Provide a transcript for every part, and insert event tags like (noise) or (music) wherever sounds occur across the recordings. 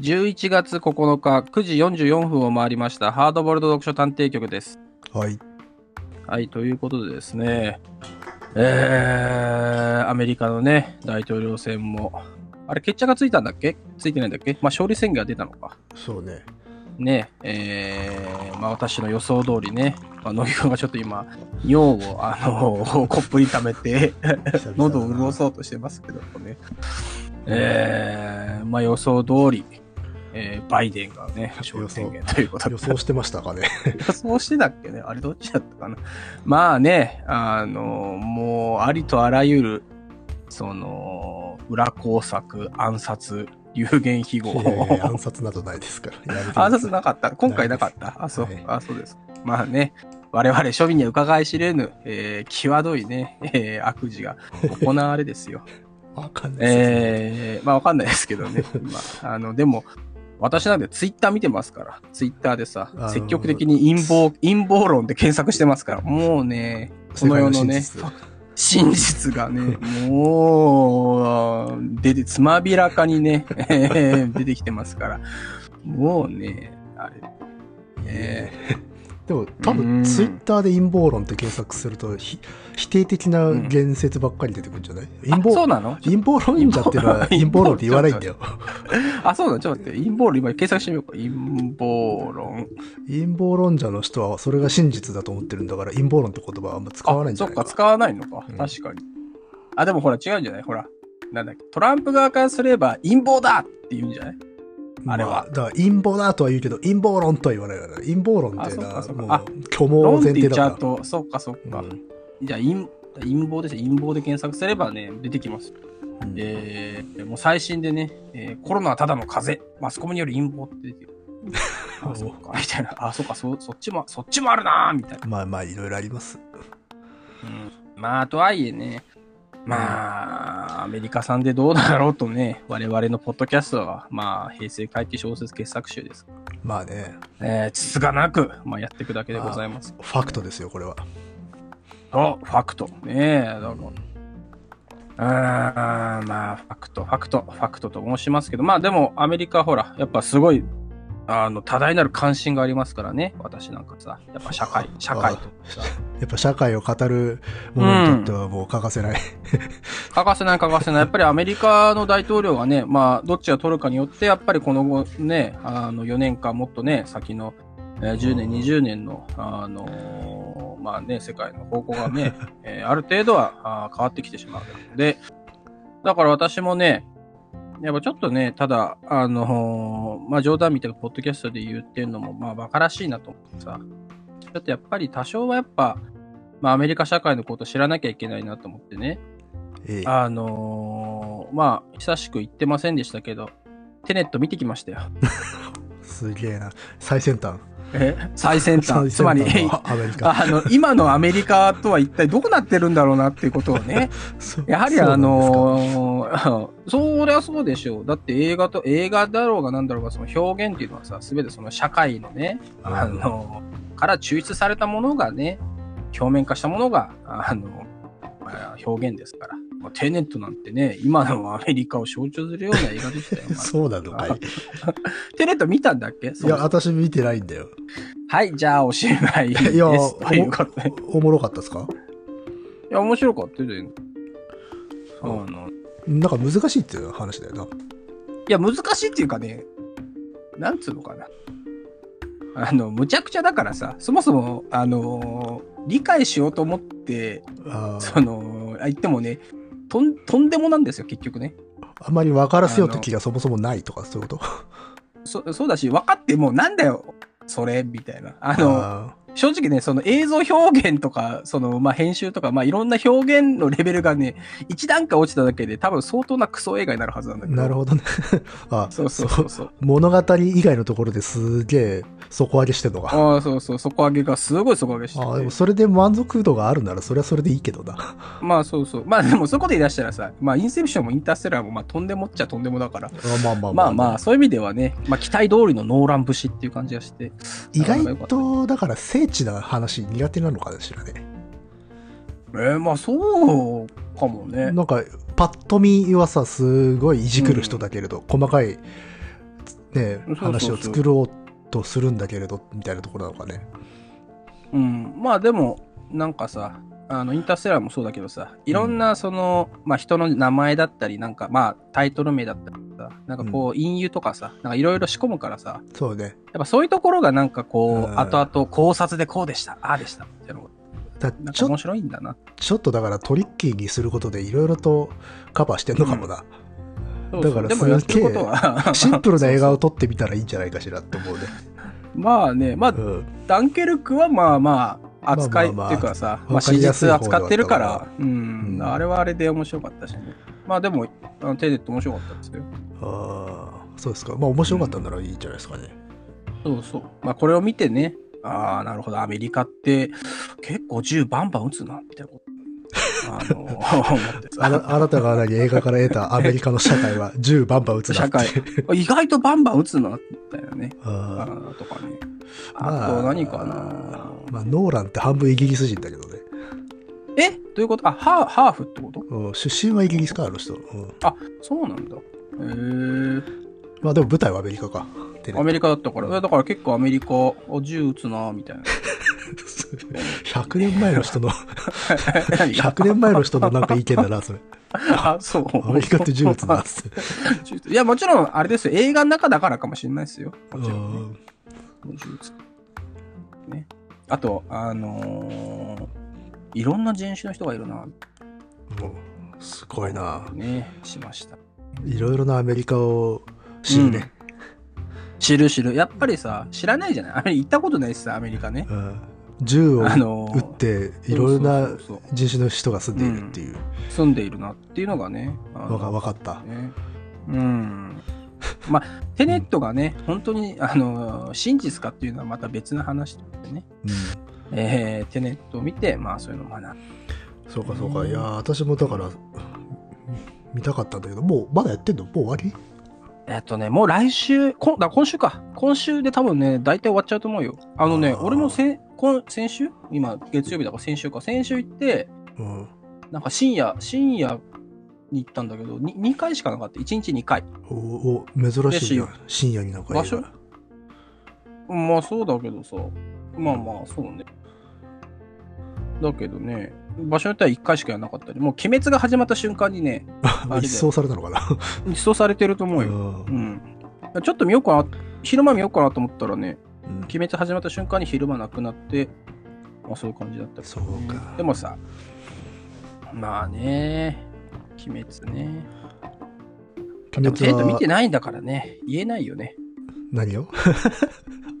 11月9日9時44分を回りましたハードボールド読書探偵局です。はい。はい、ということでですね、えー、アメリカのね、大統領選も、あれ、決着がついたんだっけついてないんだっけまあ、勝利宣言が出たのか。そうね。ねえーまあ、私の予想通りね、まあ、乃木君がちょっと今、尿をあの (laughs) コップに溜めて、久々だな喉を潤そうとしてますけどもね、えーまあ、予想通り、えーバイデンがね、勝利宣言ということで予、想してましたかね。 (laughs) 予想してたっけね、あれどっちだったかな。まあね、あのもう、ありとあらゆる、その、裏工作、暗殺、流言飛語いやいや暗殺などないですから。やめてください (laughs) 暗殺なかった今回なかったあ、そう、はいあ、そうです。まあね、我々庶民には伺い知れぬ、えー、際どいね、えー悪事が行われですよ。わかんないですえー、まあわかんないですけど (laughs) ね。まあ、あの、でも、私なんてツイッター見てますから、ツイッターでさあ、の積極的に陰謀、陰謀論で検索してますから、もうね、こ世の界世のの真ね、実真実がね、もう、出て、つまびらかにね、 (laughs) えー出てきてますから、もうね、あれ、え (laughs) でも多うん分ツイッターで陰謀論って検索するとひ否定的な言説ばっかり出てくるんじゃない、ー、陰あそう謀なの陰謀論者っていうのは陰陰謀謀論って言わないんだよ。あ、そうなのちょっと待って、陰謀論、今検索してみようか。陰謀論。陰謀論者の人はそれが真実だと思ってるんだから陰謀論って言葉はあんま使わないんじゃないあそっか、使わないのか。うん確かに。あ、でもほら、違うんじゃないほら。なんだっけ。トランプ側からすれば陰謀だって言うんじゃないあれはまだから陰謀だとは言うけど陰謀論とは言わないから陰謀論っていうのあはそっかそっもうか虚妄論っ前て言提っちゃだうかと、そっかそっら。か。うんじゃあ陰、陰謀ですね陰謀で検索すればね、出てきます。えー、もう最新でね、えーコロナはただの風邪、マスコミによる陰謀って出て (laughs) る。あ、そっか、みたいな。あ、そっか、そ、そっちも、そっちもあるなーみたいな。まあまあいろいろあります。うん、まあとはいえねまあアメリカさんでどうだろうとね我々のポッドキャストはまあ平成回帰小説傑作集です、まあね、えー、つつがなく、まあ、やっていくだけでございますファクトですよ、これは。とファクトねえだからあーまあファクトファクトファクトと申しますけどまあでもアメリカはほらやっぱすごいあの多大なる関心がありますからね私なんかさやっぱ社会社会とかさやっぱ社会を語るものにとってはもう欠かせない。欠かせない欠かせない。やっぱりアメリカの大統領がね、まあ、どっちが取るかによって、やっぱりこの後ね、あの、4年間もっとね、先の、えー10年、うん20年の、あのーまあね、世界の方向がね、えーある程度はあー変わってきてしまうので、だから私もね、やっぱちょっとね、ただ、あのーまあ冗談みたいなポッドキャストで言ってるのも、まあ馬鹿らしいなと思ってさ、ちょっとやっぱり多少はやっぱ、まあアメリカ社会のことを知らなきゃいけないなと思ってね、ええあのーまあ、久しく言ってませんでしたけど、テネット見てきましたよ。すげえな。最先端。最先端。 (laughs) 最つ先ま端り、のアメリカ。あの、今のアメリカとは一体どうなってるんだろうなっていうことを (laughs) ね、そうやはりそうあなんですかのーそりゃそうでしょう。だって映画と、映画だろうがなんだろうが、その表現っていうのはさ、すべてその社会のね、あのから抽出されたものがね、表面化したものが、あの、まあ表現ですから。まあ、テネットなんてね、今のアメリカを象徴するような映画でしたよ。まあ (laughs) そうなのかい。テネット見たんだっけいそうや、私見てないんだよ。はい、じゃあおしまいです。いや、ということで。いおおもろかったですかや、面白かったよね。あうんのなんか難しいっていう話だよな。いや、難しいっていうかね、なんつうのかな。あの、むちゃくちゃだからさ、そもそも、あのー理解しようと思って、あーその、あ言ってもね、とん、とんでもなんですよ、結局ね。あんまり分からせようって気がそもそもないとか、そういうこと。そ、そうだし、分かってもなんだよ、それ、みたいな。あの、あ正直ね、その映像表現とか、その、まあ、編集とか、まあ、いろんな表現のレベルがね、一段階落ちただけで、多分相当なクソ映画になるはずなんだーけど。なるほほどね。 (laughs) あそうそうそうそう。 (laughs) 物語以外のところですげえ底上げしてんのが。ああ、そうそう、底上げが、すごい底上げしててああ、でもそれで満足度があるなら、それはそれでいいけどな。まあ、そうそう。まあ、でも、そういうこと言い出したらさ、まあ、インセプションもインターステラーも、まあ、とんでもっちゃとんでもだから。あまあ (laughs) まあまあまあ、そういう意味ではね、まあ、期待通りのノーラン節っていう感じがして。意外と、だから聖地な話苦手なのかしらね。えー、まあ、そうかもね。なんか、パッと見はさ、すごいいじくる人だけれど、細かい、ね、ねそうそう話を作ろうとするんだけれどみたいなところなのかねうん、まあでもなんかさあのインターステラーもそうだけどさいろんなその、まあ、人の名前だったりなんかまあタイトル名だったりさなんかこう隠喩とかさなんかいろいろ仕込むからさそうねやっぱそういうところがなんかこう、うん後々考察でこうでしたああでしたっていうのがだなんちかょ面白いんだなちょっとだからトリッキーにすることでいろいろとカバーしてんのかもな、そうそうだからでもやってることはシンプルな映画を撮ってみたらいいんじゃないかしらって思うね、 (laughs) まあねまあうん、ダンケルクはまあまあ扱いってまあまあまあいうかさ、まあわか史りやすい実方だった扱ってるからかうんうんあれはあれで面白かったしねまあでもあのテデット面白かったですよあーそうですかまあ面白かったんならいいんじゃないですかね、そうそう。まあ、これを見てね、ああ、なるほど、アメリカって結構銃バンバン撃つな、みたいなこと。あの、思ってあなさ。あなたが何映画から得たアメリカの社会は銃バンバン撃つなってい (laughs) う意外とバンバン撃つな、みたいなね。ああーとかね。ーまあと何かな。まあ、ノーランって半分イギリス人だけどね、えどういうことあハー、ハーフってことうん、出身はイギリスかあの人、うん、そうなんだ。へまあでも舞台はアメリカかテえ。レ (laughs) アメリカだったから。えだから結構アメリカ、あ銃撃つな、みたいな。 (laughs) 100年前の人の何が100年前の人のなんか意見だなそれあ、そう。アメリカって銃撃つ (laughs) なっつっていや、もちろん、あれですよ。映画の中だからかもしれないですよ。うもちろんね、んね。あと、あのーいろんな人種の人がいるな、もうすごいなね、しました。いろいろなアメリカを知るね、知る知る。やっぱりさ、知らないじゃないあれ、行ったことないしさ、アメリカね。うん銃をあの撃ーっていろいろそなうそうそう人種の人が住んでいるっていうそう住んでいるなっていうのがね。あののが分かった、ねうん。まあ、テネットがね、本当に、あのー真実かっていうのはまた別の話でね。うんえーテネットを見て、まあ、そういうのを学んで。そうかそうかいやー私もだから見たかったんだけどもうまだやってんのもう終わりえっとね、もう来週、こんだ今週か。今週で多分ね、大体終わっちゃうと思うよ。あのね、あー俺もせ今先週今、月曜日だから先週か。先週行って、うんなんか深夜、深夜に行ったんだけど、に 2, 回しかなかった。1日2回。おお珍しいでな深夜になんか映画 (laughs) 場所まあそうだけどさ。まあまあ、そうね。だけどね、場所によっては1回しかやらなかったり、もう鬼滅が始まった瞬間に (laughs) ね、あれ一で掃されたのかな一掃されてると思うよ。んうん。ちょっと見ようかな、昼間見ようかなと思ったらね、うん鬼滅始まった瞬間に昼間なくなって、まあ、そういう感じだったけそどねうかでもさまあね鬼滅ね鬼でもテ滅ント見てはないんだからね言えないよね何を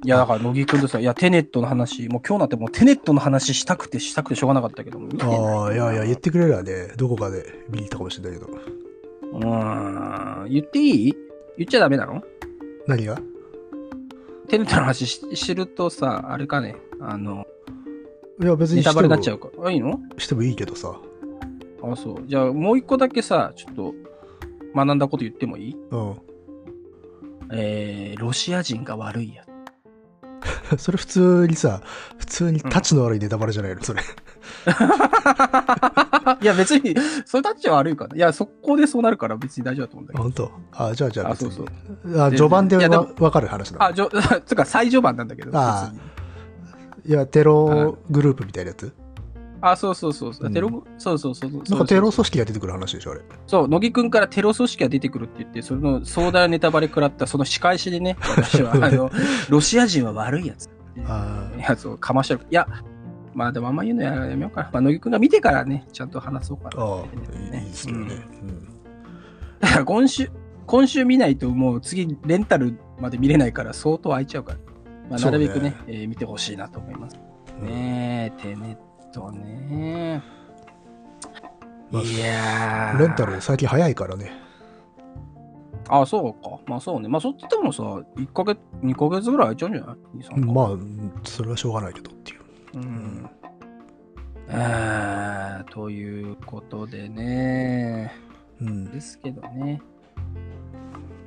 いやだから乃木くんとさいやテネットの話もう今日なんてもうテネットの話したくてしたくてしょうがなかったけども見てないああいやいや言ってくれればねどこかで見に行ったかもしれないけどうーん言っていい言っちゃダメなの何がテネットの話し知るとさあれかねあのいや別にネタしバレてもになっちゃうからあいいのしてもいいけどさあそうじゃあもう一個だけさちょっと学んだこと言ってもいいうんえーロシア人が悪いやつ。 (laughs) (laughs) それ普通にさ普通にタチの悪いネタバレじゃないの (laughs) それいや、別に、それタッチは悪いから。いや、速攻でそうなるから別に大丈夫だと思うんだけあど。本当あじゃあじゃああ、別そうにそう。あ序盤でいやでわも分かる話なのあ、じょ、 (laughs) つうか最序盤なんだけど。あー別にいやテログループみたいなやつあ、そうそうそうそうう。んテロ、そうそうそうそう。なんかテロ組織が出てくる話でしょあれそう、乃木くんからテロ組織が出てくるって言って、その壮大なネタバレ食らった、その仕返しでね、私 (laughs) は、あの、ロシア人は悪いやつ。あいや、そう、かましてる。いや、まあでもあんま言うのやめようかな。まあ、乃木くんが見てからね、ちゃんと話そうかな。あいいいですけどね、だから今週、今週見ないともう次レンタルまで見れないから相当空いちゃうから、まあ、そなうるねべくね、えー見てほしいなと思います。ねえ、テネットね。まあいやーレンタル最近早いからねあ、そうか。まあそうね。まあそっちでもさ、1ヶ月、2ヶ月ぐらい空いちゃうんじゃない ?2、3まあそれはしょうがないけどっていううん。あーということでね。うんですけどね。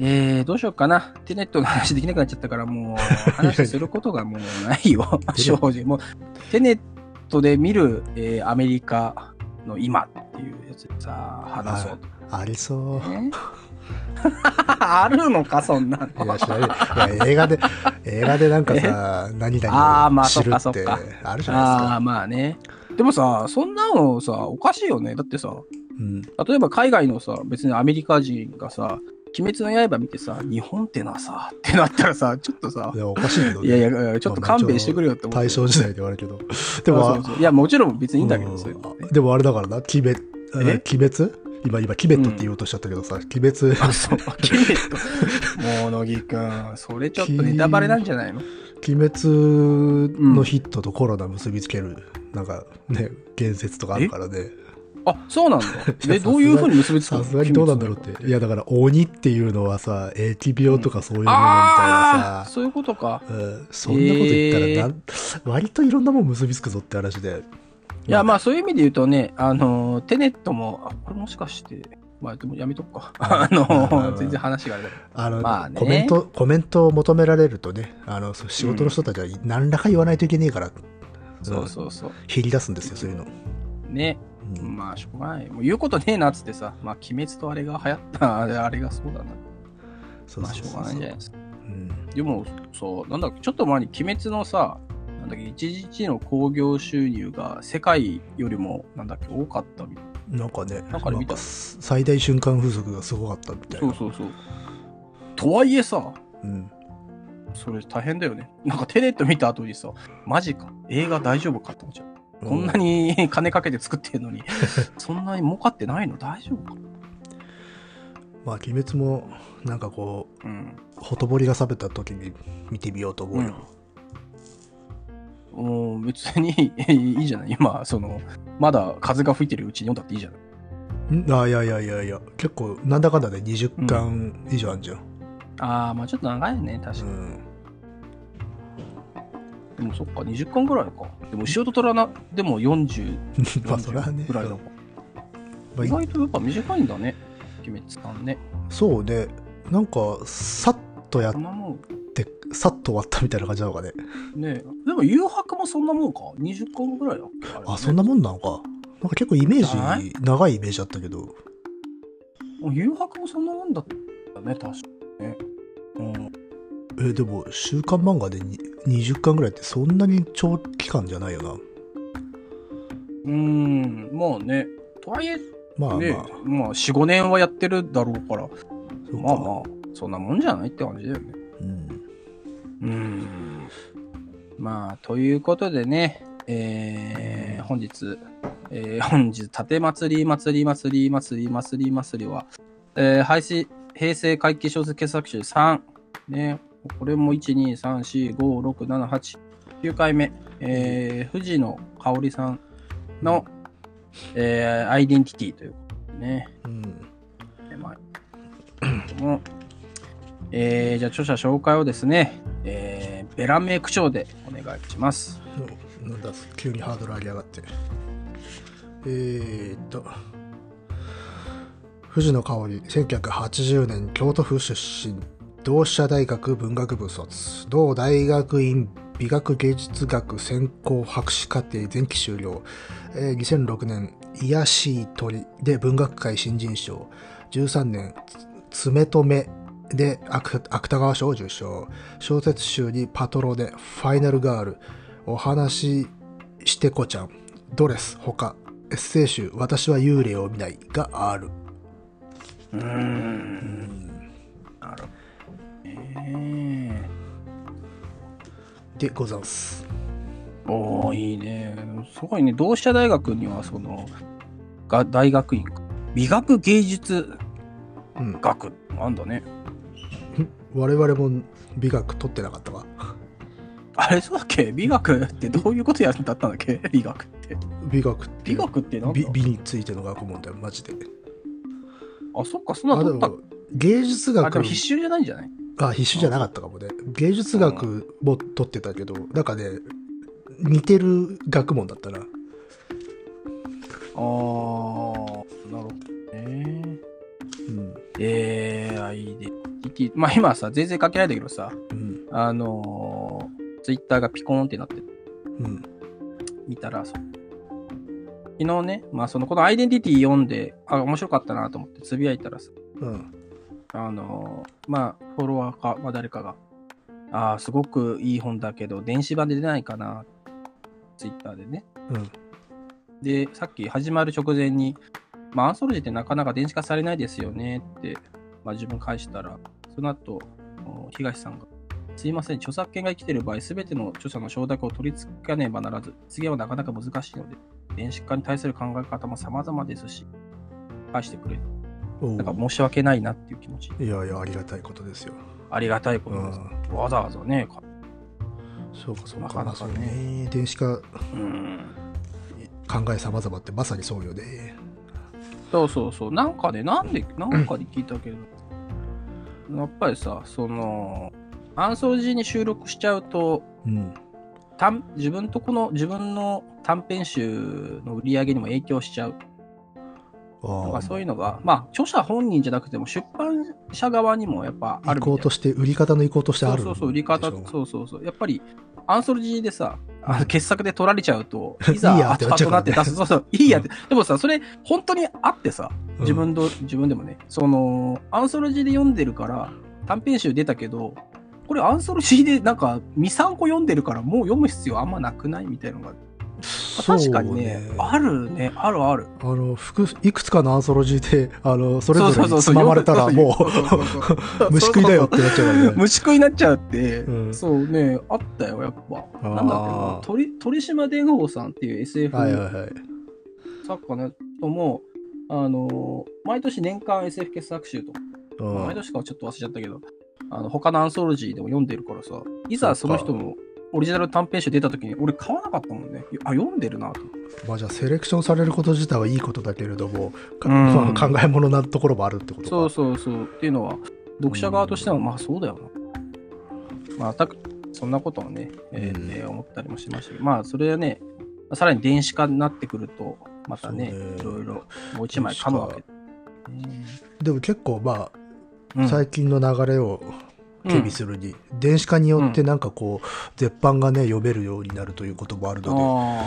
えー、どうしようかな。テネットの話できなくなっちゃったから、もう、話することがもうないよ。 (laughs) 正直。もう、テネットで見る、えーアメリカの今っていうやつでさ、話そうありそうと、ね。 (laughs) あるのか、そんなの。いや、知らない。いや、映画で、映画でなんかさ、何あー々まをあ知そっるっかそて、っかあるじゃああ、なまあね。でもさ、そんなのさ、おかしいよね。だってさ、いですか。例えば海外のさ、別にアメリカ人がさ、鬼滅の刃見てさ、日本ってのはさ、ってなったらさ、ちょっとさうん。い、や、おかしいけどね。いやいや、ちょっと勘弁してくれよって思って。大正時代で言われるけど。 (laughs) でも、あそうそういや、もちろん別にいいんだけど、そういうのうんでもあれだからな、鬼滅、あえ鬼滅今、今、キベットって言おうとしちゃったけどさ、鬼滅、 (laughs) あ、そう、キュレット。もう、乃木くん、それちょっとネタバレなんじゃないの鬼滅のヒットとコロナ結びつける、なんかね、言説とかあるからね。あ、そうなんだ。 (laughs) いやえ、どういうふうに結びつくのさすがにどうなんだろうっ鬼て。滅いや、だから、鬼っていうのはさ、疫病とかそういうものみたいなああ、さ、そういうことか。うんそんなこと言ったらなん、割といろんなもん結びつくぞって話で。いや、まあ、そういう意味で言うとね、あのー、テネットも、あ、これもしかして、まあ、でもやめとくか。 (laughs) あのうんー、全然話があれだけど。あの、まあねコメント、コメントを求められるとね、あの、そう仕事の人たちは何らか言わないといけねえから、そううそうそう。ん。減り出すんですよ、そういうの。ね。うんまあ、しょうがない。もう言うことねえなっつってさ、まあ、鬼滅とあれが流行った、あれあれがそうだな。そうまあ、そうしょうがそうないそんうじゃないですか。うんでも、そう、なんだっけちょっと前に鬼滅のさ、なんだっけ、一日の興行収入が世界よりも、なんだっけ、多かったみたいなんかね、なんかね見た最大瞬間風速がすごかったみな。たいそなう。そうそう。とはいえさ、うんそれ大変だよね。なんかテネット見た後にさ、マジか、映画大丈夫かって思っちゃう。こんなに (laughs) 金かけて作ってんの (laughs) に、そんなに儲かってないの大丈夫かまあ、鬼滅も、なんかこう、うん。ほとぼりが冷めた時に見てみようと思うよ。うん。もう別に (laughs) いいじゃない今、その、まだ風が吹いてるうちに読んだっていいじゃないんあいやいやいやいや、結構、なんだかんだで20巻以上あるじゃん。ああ、まあちょっと長いよね、確かうに。ん (laughs) でもそっか、20巻ぐらいか。でも、潮と虎な、でも40、まあそれはね40ぐらいだもん。まあ意外とやっぱ短いんだね、鬼滅さんね。そうねなんかさっとやっそんなもてさっと終わったみたいな感じなのかねん、ねでも、誘白もそんなもんか。20巻ぐらいだっけれあそんなもんなのかなんか結構イメじゃーなジ長いイメージあったけどもう誘白もそんなもんだったね、確かにね。うん。えーでも週刊漫画でに20巻ぐらいってそんなに長期間じゃないよなうーん、まあね。とはいえ、まあまあ、ね、まあ、4、5年はやってるだろうから、そうかまあまあ、そんなもんじゃないって感じだよね。うん、うん。まあ、ということでね、えー、本日、えー、本日、盾祭り祭り祭り祭り祭り祭りは、えー、廃止、平成回帰小説傑作集3、ね、これも1、2、3、4、5、6、7、8、9回目、えー、藤野香織さんの、えー、アイデンティティということでね、うん、えーまあ、もうえーじゃあ著者紹介をですね、えーベラメイ区長でお願いします。おなんだ急にハードル上げやがってえー、っと藤野香織1980年京都府出身同志社大学文学部卒同大学院美学芸術学専攻博士課程前期修了、えー2006年「癒やしい鳥」で文学界新人賞13年「つ爪と目」で芥芥川賞を受賞小説集に「パトロ」で「ファイナルガール」お話ししてこちゃん、ドレス、他、エッセイ集、私は幽霊を見ないがある。うーん、なるほどね。でござんす。おおいいね。すごいね。同志社大学にはそのが大学院か美学芸術うん。学なんだね。我々も美学取ってなかったわ。 (laughs) あれそうだっけ美学ってどういうことやだったんだっけ美学って。美学ってい美う学ってなんだ美美についての学問だよ、マジで。あ、そっか、そんなあ、の取でったっも、芸術けあ、学でも必修じゃないんじゃないあ必修じゃなかったかもね。芸術学も取ってたけど、なんかね、似てる学問だったな。あー、なるほどね。うん。えー、いいで。DT まあ今さ、全然関係ないんだけどさ、うん。あのー、ツイッターがピコーンってなってうん。見たらさ、昨日ね、まあその、このアイデンティティ読んで、あ、面白かったなと思ってつぶやいたらさ、うん。あのまあ、フォロワーか、まあ、誰かが、ああ、すごくいい本だけど、電子版で出ないかな、ツイッターでね。うんで、さっき始まる直前に、まあ、アンソロジーってなかなか電子化されないですよねって、まあ、自分返したら、その後、お東さんが、すいません、著作権が生きている場合、すべての著者の承諾を取り付かねばならず、次はなかなか難しいので、電子化に対する考え方も様々ですし、返してくれ。おうなんか申し訳ないなっていう気持ち。いやいやありがたいことですよありがたいことです。わざわざね、かそうかそうなかかなかねまあそうね電子化うん。考え様々ってまさにそうよねそうそうそう。なんかね、なんで、なんかで聞いたけど、やっぱりさ、その、アンソロジーに収録しちゃうと、うん短自分とこの、自分の短編集の売り上げにも影響しちゃう。なんあかあそういうのが、まあ、著者本人じゃなくても、出版社側にもやっぱあるみ意たい向として売り方の意向としてあそるうそうそう、売り方でしょ、そうそうそう。やっぱり、アンソロジーでさ、あの傑作で取られちゃう (laughs) と、いいいざやって後なっち々ゃうなからってね出す、そうそう、いいやって。でもさ、それ、本当にあってさ、うん自分と、自分でもね、その、アンソロジーで読んでるから、短編集出たけど、これアンソロジーでなんか2、3個読んでるからもう読む必要あんまなくないみたいなのが、まあそう確かにねあるね、あるある。あの複数いくつかのアンソロジーであのそれぞれにつま読まれたらもそうそうそうそうう虫食いだよってなっちゃうからね (laughs) 虫食いになっちゃうって、うんそうね、あったよ、やっぱ。あーなんだっけな鳥、鳥島伝法さんっていう SF はいはいはい作家の人も、あのー毎年年間 SF 傑作集とか、うん毎年かはちょっと忘れちゃったけど、あの他のアンソロジーでも読んでるからさ、いざその人のオリジナル短編集出た時に、俺買わなかったもんね。あ、読んでるなと。まあじゃあセレクションされること自体はいいことだけれども、かうんまあ考え物なところもあるってことかそうそうそう。っていうのは、読者側としては、まあそうだよな。まあ、たくそんなことをね、えーうんね思ったりもしましたけど、まあそれはね、さらに電子化になってくると、またね、そういねろいろもう一枚噛むわけ。でも結構まあ、うん最近の流れをうん警備するに、電子化によってなんかこう、絶版がね読めるようになるということもあるのあ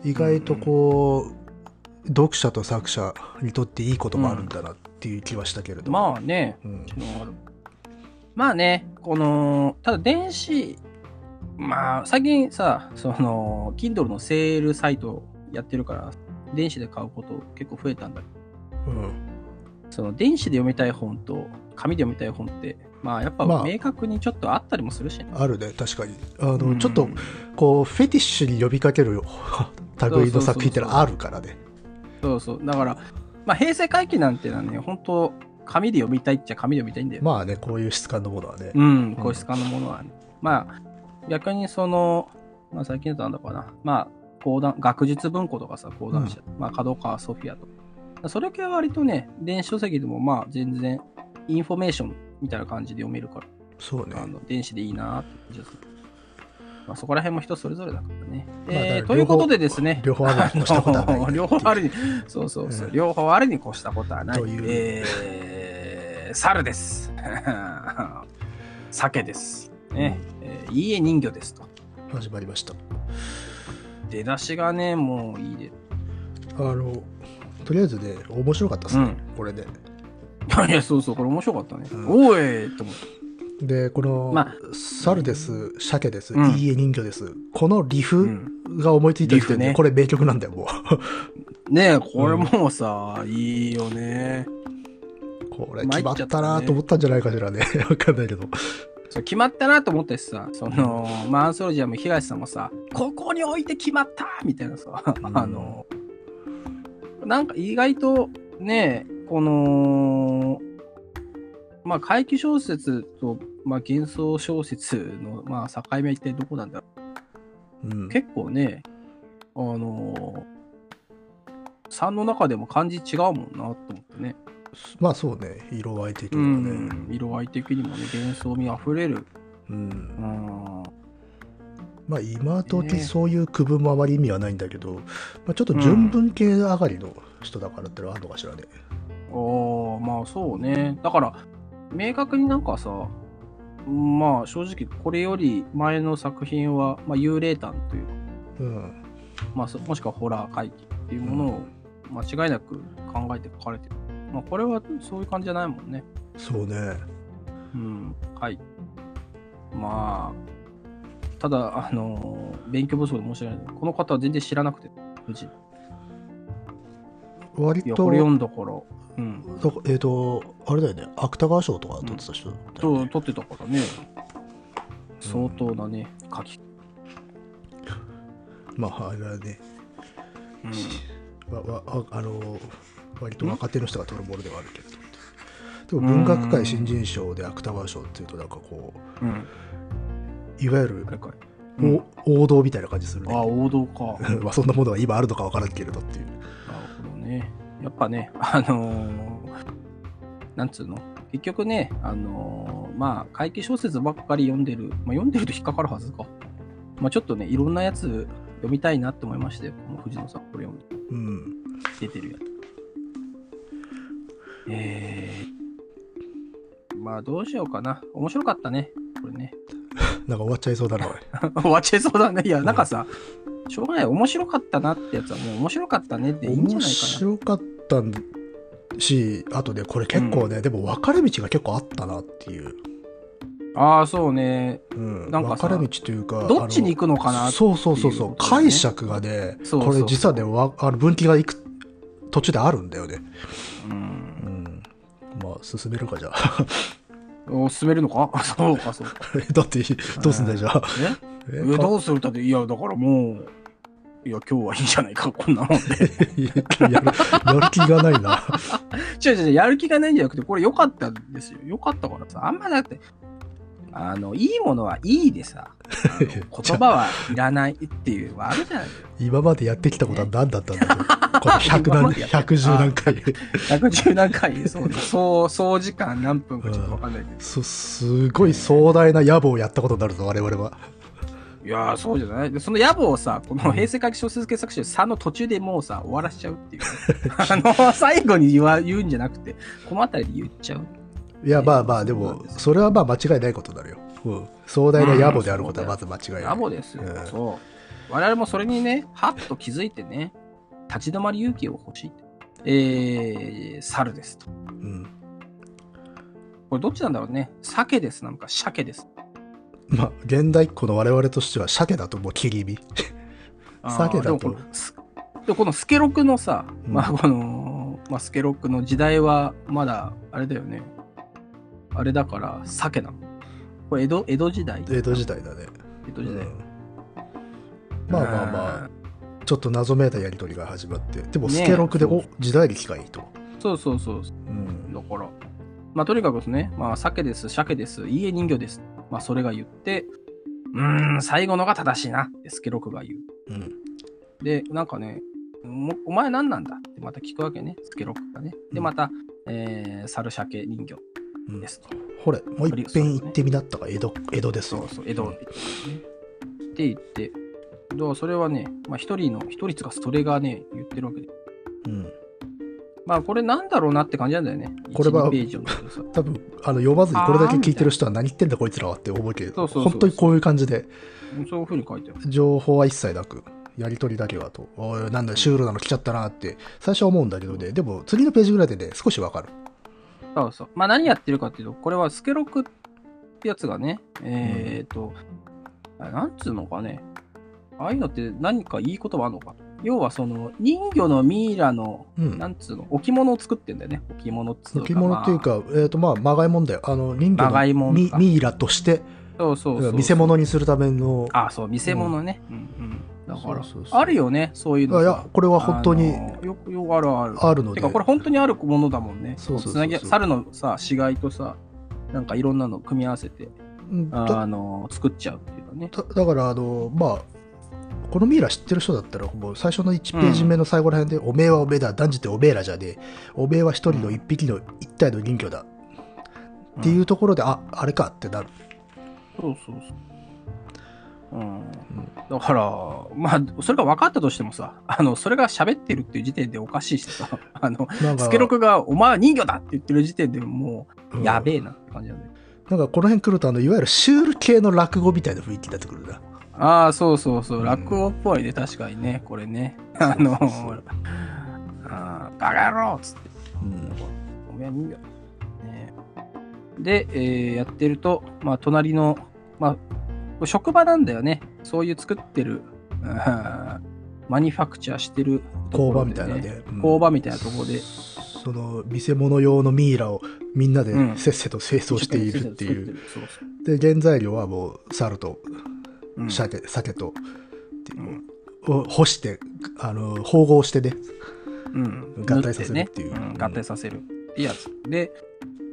ーで意外とこう、読者と作者にとっていいこともあるんだなっていう気はしたけれども、まあね、うんまあね、この、ただ電子、まあ最近さ、その、Kindle のセールサイトやってるから、電子で買うこと結構増えたんだけどうんその電子で読みたい本と紙で読みたい本って、まあやっぱまあ明確にちょっとあったりもするしね。あるね確かにあの、うんちょっとこうフェティッシュに呼びかける (laughs) 類の作品ってのはあるからねそうそう。だから、まあ平成回帰なんてのはね、本当紙で読みたいっちゃ紙で読みたいんだよ。まあねこういう質感のものはね、うん、個室化のものはね。まあ逆にその、まあ最近だとなんだかな、まあ講談、学術文庫とかさ、講談社、まあ角川ソフィアとか。それ系は割とね、電子書籍でもまあ全然インフォメーションみたいな感じで読めるから。そうねあの電子でいいなって感じがするまあ、そこら辺も人それぞれだからね。まあだかえーらということでですね。両方両方あるに越したことはないあの両方あるに、そうそうそう、うん両方あるに越したことはない。というえー、猿です。 (laughs) 鮭です。ね、えーいいえ人魚ですと。始まりました出だしがね、もういいで。 (laughs) あのとりあえずね面白かったですね、これでいやいや、そうそう、これ面白かったね。うんおいと思って。でこの、ま猿です鮭です、うんいいえ人魚ですこのリうフんが思いついた時点で、リフねこれ名曲なんだよもねえ、これもうさ、いいよね。う (laughs) これ参決っちゃまったねったなと思ったんじゃないかしらねわかんないけどそう決まったなと思ってさ、その、まあ、アンソロジアも東さんもさ、ここに置いて決まったみたいなさ、んあの、なんか意外とね、この、まあ、怪奇小説と、まあ、幻想小説の、まあ、境目は一体どこなんだろうんう。結構ね、あの、3の中でも漢字違うもんなと思ってね。まあそうね色合い的うにはねん、色合い的にもね、幻想味あふれる。うん、うんまあ今時ねそういう区分もあまり意味はないんだけど、まあ、ちょっと純文系上がりの人だからってのはあるのかしらね、ああまあそうねだから明確になんかさまあ正直これより前の作品は、まあ、幽霊譚というか、うん、まあ、そもしくはホラー怪奇っていうものを間違いなく考えて書かれてるまあ、これはそういう感じじゃないもんね。そうね。うん。はい。まあ、ただ、あのー勉強不足で申し訳ない。この方は全然知らなくて、無事。割いや、と、これ読んだから、うん。どこえっ、と、あれだよね、芥川賞とか取ってた人だよとね撮ってたからね、相当なね、書き。まあ、あれはね、うんわわわあの割と若手の人が取るものではあるけれど。でも文学界新人賞で芥川賞っていうとなんかこううん。いわゆるあれかい。おうん王道みたいな感じするあ、ね。王道 (laughs) か。 (laughs) まあそんなものが今あるのかわからんけれどっていう。なるほどね。やっぱね、あのーなんつうの結局ね、あのーまあ、怪奇小説ばっかり読んでる、まあ、読んでると引っかかるはずか。まあ、ちょっとね、いろんなやつ読みたいなって思いましたよ。この藤野さん、これ読んで、うん。出てるやつ。えー、まあ、どうしようかな。面白かったね、これね。なんか終わっちゃいそうだな、おい (laughs) 終わっちゃいそうだね。いや、なんかさ、しょうがない。面白かったなってやつは、もう面白かったねっていいんじゃな面いかな。白かったんし、あとね、これ結構ね、でも分かれ道が結構あったなっていう。ああ、そうね。うん、なんか分さかれ道というか、どっちに行くのかなあのそうそうそうそっていうこう、とね解釈がね、そうそうこれ実はね、わあの分岐がいく途中であるんだよね。う。うんん。まあ、進めるか、じゃ (laughs) あ。お進めるの (laughs) かそうか、そうか。えだって、どうすんだよ、じゃあ。えええどうするだって、いや、だからもう、いや、今日はいいんじゃないか、こんな (laughs) もんで。いややるやる気がないな。違う違う違う、やる気がないんじゃなくて、これ良かったんですよ。良かったからさ、あんまだって、あの、いいものはいいでさ、あの (laughs) 言葉はいらないっていうのはあるじゃない今までやってきたことは何だったんだと。これ100今ま何、でやって110何回。 110何回、そう、そう、総時間何分かちょっとわかんないけど。す、すごい壮大な野望をやったことになるぞ、我々は。いやー、そうじゃない。でその野望をさ、この平成回帰小説傑作集3の途中でもうさ、終わらしちゃう (laughs) っていう。あの、最後に言わ言うんじゃなくて、この辺りで言っちゃう。いや、まあまあ、でそうなんもで、すよそれはまあ間違いないことになるよ。うん。壮大な野望であることはまず間違いな野い。望ですよ。うんそう。我々もそれにね、はっと気づいてね、立ち止まり勇気を欲しいって。えー、猿ですと。うん。これどっちなんだろうね。鮭ですなのか、鮭です。まあ、現代っ子の我々としては、鮭だともう切り身。あー鮭だとでもこのすでもこのスケロクのさ、うんまあこの、まあ、スケロクの時代はまだあれだよねあれだから鮭なのこれ江戸江戸時代江戸時代だね。江戸時代、うんまあまあまああ、ちょっと謎めいたやり取りが始まって、でもねスえケロクで、そうお時代劇がいいと。ーそうそうそううん。だからまあとにかくですねまあ鮭です鮭ですいいえ人魚ですまあそれが言ってうーん最後のが正しいなってスケロクが言うん。うでなんかねもお前何なんだってまた聞くわけねスケロクがねでうんまた、えー、猿鮭人魚うんですとほれ、もう一遍行ってみなったが江戸、江戸ですそよう。そう、江戸って言って、だからそれはね、まあ一人の、一人つかそれがね、言ってるわけで。うん。まあこれなんだろうなって感じなんだよね。これは1 2ページを見てさ多分あの読まずにこれだけ聞いてる人は何言ってんだこいつらはって思うけそどうそうそう本当にこういう感じでそういうふうに書いてある。情報は一切なくやり取りだけはとおいなんだシュールなの来ちゃったなって最初は思うんだけどねでも次のページぐらいでね少しわかるそうそう。まあ何やってるかっていうと、これはスケロクってやつがね、えーっと、あなんつうのかね、ああいうのって何かいいことはあるのか。要はその人魚のミイラの、うんなんつうの、置物を作ってんだよね。置物っつうか。置物っていうまあ、か、えっ、とまあまがいもんだよあの人魚まがいのもんミかミイラとしてそうそうそうそう。見せ物にするためのあそう、見せ物ね。うんうん。だからそうそうそうあるよね、そういうのあさ。いやこれは本当にあのよくよくあるある。あるのてでか、これ本当にあるものだもんね。そうそうそうそうつなぎ、猿のさ、死骸とさ、なんかいろんなの組み合わせて、うんだあの、作っちゃうっていうかね。だだからあのまあこのミイラ知ってる人だったらもう最初の1ページ目の最後ら辺で「おめえはおめえだ断じておめえらじゃねえおめえは一人の一匹の一体の人魚だ」っていうところで「ああれか」ってなるそうそうそう。うん、だから、まあ、それが分かったとしてもさ、あの、それが喋ってるっていう時点でおかしいしさ、あの、なんかスケロクが、お前は人魚だって言ってる時点でもうう、んやべえなって感じなんだよね。なんかこの辺来るとあのいわゆるシュール系の落語みたいな雰囲気になってくるなああ、そうそうそうう、ん落語っぽいね、確かにね、これね。あのそうそうそう、ああ、バカ野郎っつって。うんめんだよね。で、えーやってると、まあ、隣の、まあ、職場なんだよね。そういう作ってる、うんマニファクチャーしてると工こ場ろみでね、たいなね、うん工場みたいなところで、その見せ物用のミイラをみんなでうんせっせと清掃しているっていう、作る。そうそうで原材料はもう猿とうん鮭,、鮭とっていううんを干してあの縫合してねうん合体させるっていう縫ねん合体させるってやつ。で、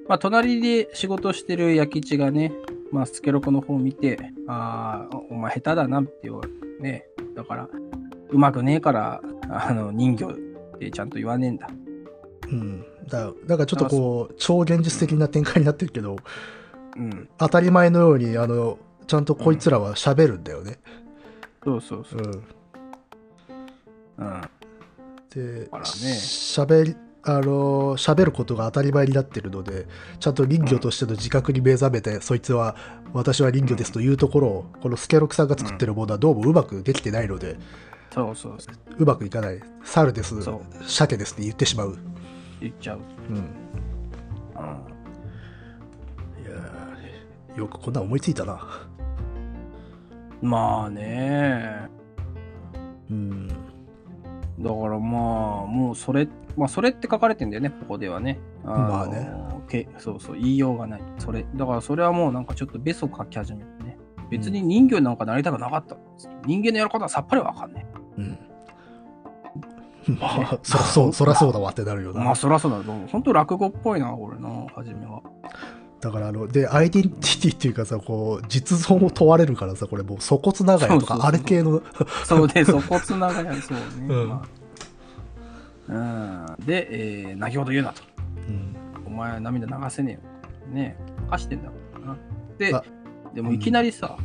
まあ、隣で仕事してる焼き地がね、まあ、スケロコの方を見て、ああ、お前下手だなって言われてね。だから、うまくねえから、あの、人魚ってちゃんと言わねえんだ。うん、だだからちょっとこう超現実的な展開になってるけどうん。当たり前のようにあのちゃんとこいつらは喋るんだよね、そうそうそうう。んうん。であらね喋りあの喋ることが当たり前になってるのでちゃんと林業としての自覚に目覚めて、そいつは私は林業ですというところをこのスケロクさんが作ってるものはどうもうまくできてないので、そうそう。うまくいかない猿ですそう鮭ですって言ってしまう、言っちゃう。うん、うん。いやーよくこんなん思いついたなまあね。うんだからまあもうそれまあそれって書かれてんだよねここではねのまあねけそうそう言いようがないそれだからそれはもうなんかちょっとベソ書き始めてね別に人魚なんかなりたくなかった、人間のやることはさっぱりわかんねうんまあそらそうそらそうだわってなるよえな、まあそらそうだと思うほんと落語っぽいな俺の初めは (laughs) だからあのでアイデンティティっていうかさこう実像も問われるからさこれもう粗骨長屋そとうそうそうかあれ系のそうでそこつながりそうね、うんまあうんで、えー、泣きほど言うなとおうん前は涙流せねえよ。ねえ、貸してんだからな。であ、でもいきなりさ、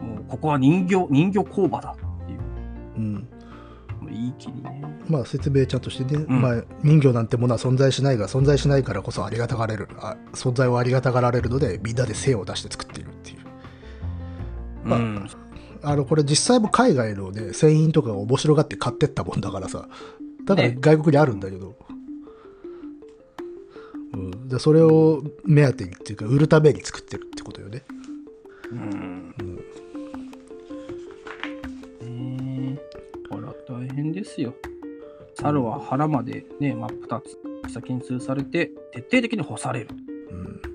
もうここは人形、人形工場だっていう、うん、もういい気にね。まあ説明ちゃんとしてね、うんまあ、人魚なんてものは存在しないが存在しないからこそありがたがられるあ存在をありがたがられるのでみんなで精を出して作っているっていうまあうん、あのこれ実際も海外のね船員とかが面白がって買ってったもんだからさだからね外国にあるんだけど、うん、でそれを目当てにっていうか売るために作ってるってことよねうん。ねえ、これは大変ですよ。猿は腹までね、真っ二つ、先に通されて、徹底的に干される。うん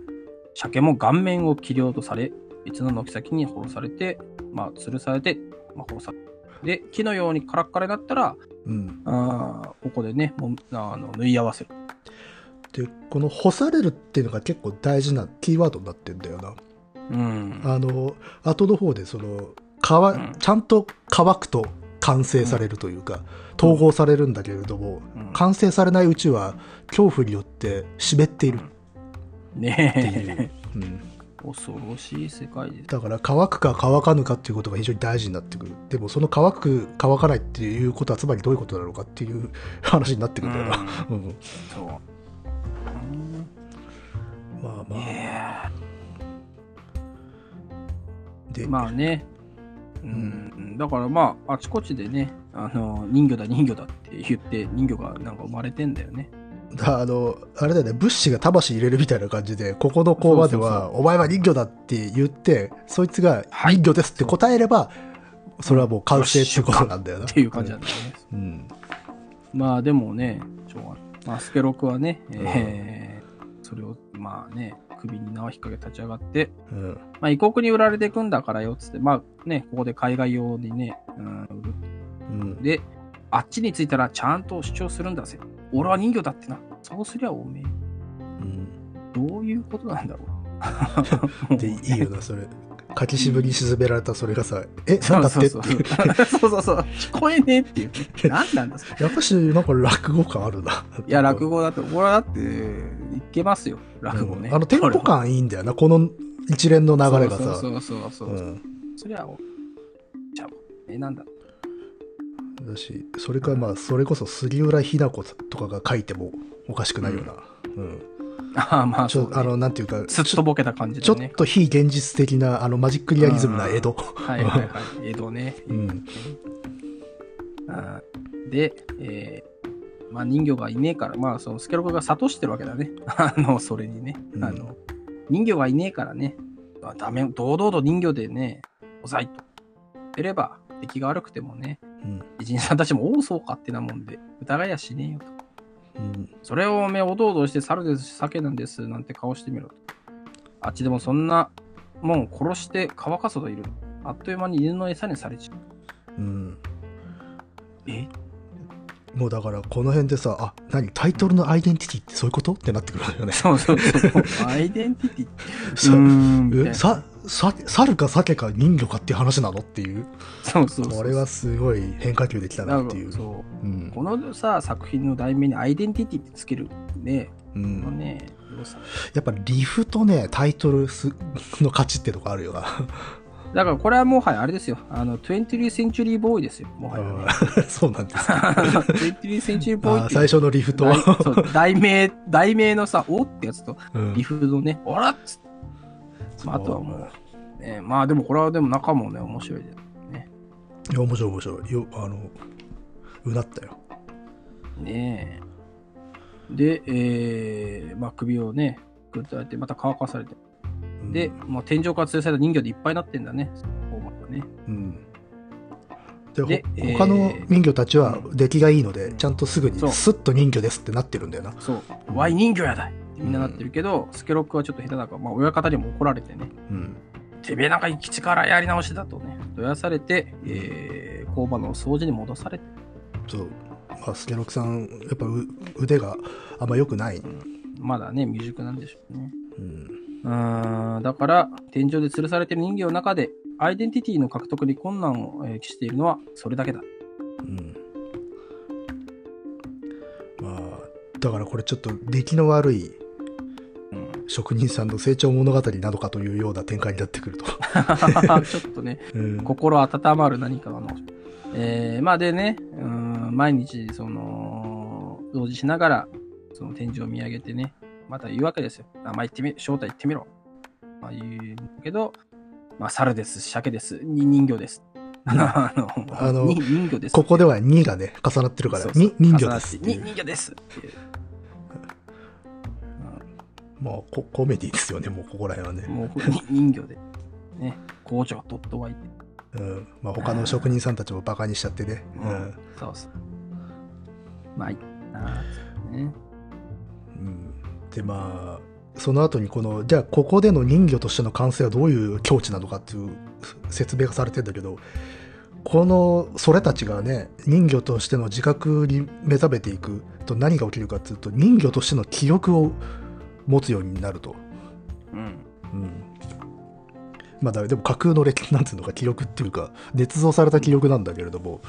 鮭も顔面を切り落とされ、別の軒先に殺されて、まあ、吊るされて、まあ、殺される。で、木のようにカラッカラになったら、うん、あーここでね、もあの縫い合わせる。でこの干されるっていうのが結構大事なキーワードになってんだよなうん。あの後の方でその乾、うんちゃんと乾くと完成されるというか、統合されるんだけれども、うん完成されないうちは恐怖によって湿っているっていう、ねえ、うん恐ろしい世界です。だから乾くか乾かぬかっていうことが非常に大事になってくるでもその乾く乾かないっていうことはつまりどういうことなのかっていう話になってくるんだよな、うんそう。まあまうんあいやで、ーまあね。うん、だからまあ、あちこちでね、あの人魚だ、人魚だって言って、人魚がなんか生まれてんだよね。あの、あれだよね、物資が魂入れるみたいな感じで、ここの工場では、そうお前は人魚だって言って、そいつが人魚ですって答えれば、それはもう完成ってことなんだよな。っていう感じなんだよね。うん。まあでもね、しょうがない。まあ、スケロクはね、えーそれをまあね、首に縄引っ掛け立ち上がって、うん。まあ、異国に売られていくんだからよっつって、まあね、ここで海外用にね、うん、売るうん。で、あっちに着いたらちゃんと主張するんだぜ。俺は人魚だってな。そうすりゃおめえ、うんどういうことなんだろう。で、いいよな、それ。柿渋に沈められたそれがさ、え、そなんうだっそてうってそう。いう。そうそうそう。聞こえねえっていう。何なんだそ (laughs) れ。やっぱし、なんか落語感あるな。いや、落語だって、俺はだって、いけますよ。落語ね。うんあの、テンポ感いいんだよな、この一連の流れがさそ。うそうそうそうそう。うん。そりゃお、じゃあ、え、なんだ。だしそれかまあそれこそ杉浦日奈子とかが書いてもおかしくないような、うんああ、まあ、ちそょう、ね。あのなんていうかすっとぼけた感じちょでっね。と非現実的なあのマジックリアリズムな江戸、はいはいはい。江戸ね。うんあーで、えーまあ、人魚がいねえから、まあ、そのスケロクが諭してるわけだね。 (laughs) あの、それにね。うんあの、人魚がいねえからね、まあダメ、堂々と人魚でね、おざいと。出れば、敵が悪くてもね、 (laughs) うん偉人さんたちも、おうそうかってなもんで、疑いやしねえよと。うんそれをおめえおどおどして猿です酒なんですなんて顔してみろと。あっちでもそんなもん殺して乾かすといる。あっという間に犬の餌にされちゃう。うんえもうだからこの辺でさあ何タイトルのアイデンティティってそういうことってなってくるわよねそうそう (laughs) そう。アイデンティティ。さうーんみたいえなささ猿か鮭か人魚かっていう話なのっていうそうそうそう。これはすごい変化球できたななんっかていうそうう。んこのさ、作品の題名にアイデンティティってつけるね。うこのん、ね、良さやっぱリフとねタイトルすの価値ってとこあるよなだからこれはもはやあれですよ。あの、20th century boy ですよ。もはやね、そうな (laughs) んですあ 20th century boy っーて最いう初のリフと、題そう題名、題名のさ、おってやつと、うんリフのね、あらっつって、まあ、あとはもう、ね、まあでもこれはでも中もね、面白いで。いや面白い面白いよあのうなったよねえ。で、えー、まあ首をね、ぐっとやって、また乾かされて。うんで、もう天井から吊るされた人形でいっぱいになってんだね。こう思ったね。うんでほで他のえー人魚たちはうん出来がいいので、ちゃんとすぐにそうスッと人魚ですってなってるんだよなそう、ワイ人形やだいってみんななってるけど、スケロックはちょっと下手だから、まあ親方にも怒られてね。うんてめえなんか生き力やり直しだとね、どやされて、えー、工場の掃除に戻されて。そう、まあ、スケロクさんやっぱう腕があんま良くない、まだね、未熟なんでしょうね。うんうーんだから天井で吊るされている人形の中でアイデンティティの獲得に困難をえー期しているのはそれだけだ。うん、まあだからこれちょっと出来の悪いうん、 (laughs) 職人さんの成長物語なのかというような展開になってくると、ちょっとね、うん心温まる何かの。えーまあでね、うーん毎日その、同時しながらその天井を見上げてね、また言うわけですよ。名前言ってみ、正体言ってみろ。まあ言うんだけど、まあ猿です、鮭です、に人形です。 (laughs) あの、あのに人形です。ここでは2がね重なってるからそうそうに人魚ですっていにう人魚ですっていうまあココメディですよねもうここら辺はね、もうほんに人魚で、ね、工場とっと湧いて、うんまあ、他の職人さんたちもバカにしちゃってね、ううんんそうそう。まあ、いいなあね。うんでまあその後にこのじゃあここでの人魚としての完成はどういう境地なのかっていう説明がされてんだけどこのそれたちがね人魚としての自覚に目覚めていくと何が起きるかっていうと人魚としての記憶を持つようになると。うん。うんまあ、だでも架空の歴なんていうのか記憶っていうか捏造された記憶なんだけれども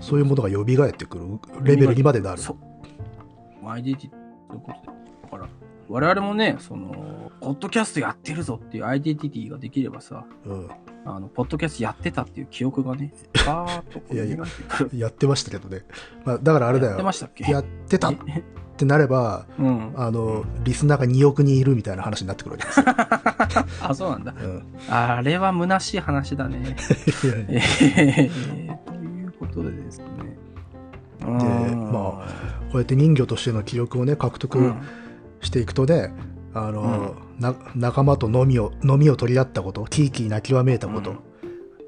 そういうものが蘇ってくるレベルにまでなる。そう。マイディティということで。だから、我々もね、その、ポッドキャストやってるぞっていうアイデンティティができればさ、うんあの、ポッドキャストやってたっていう記憶がね、バーっとこういやいや蘇ってくる。やってましたけどね、まあ、だからあれだよやってましたっけやってたってなればうん。あのリスナーが2億人いるみたいな話になってくるわけですよ。あ、そうなんだ。うんあれは虚しい話だね。いやいやえーということでですね。で、まこうやって人魚としての記憶をね獲う得ん、していくとね、あのな仲間と飲みを飲みを取り合ったことキーキー泣きわめいたこと、うん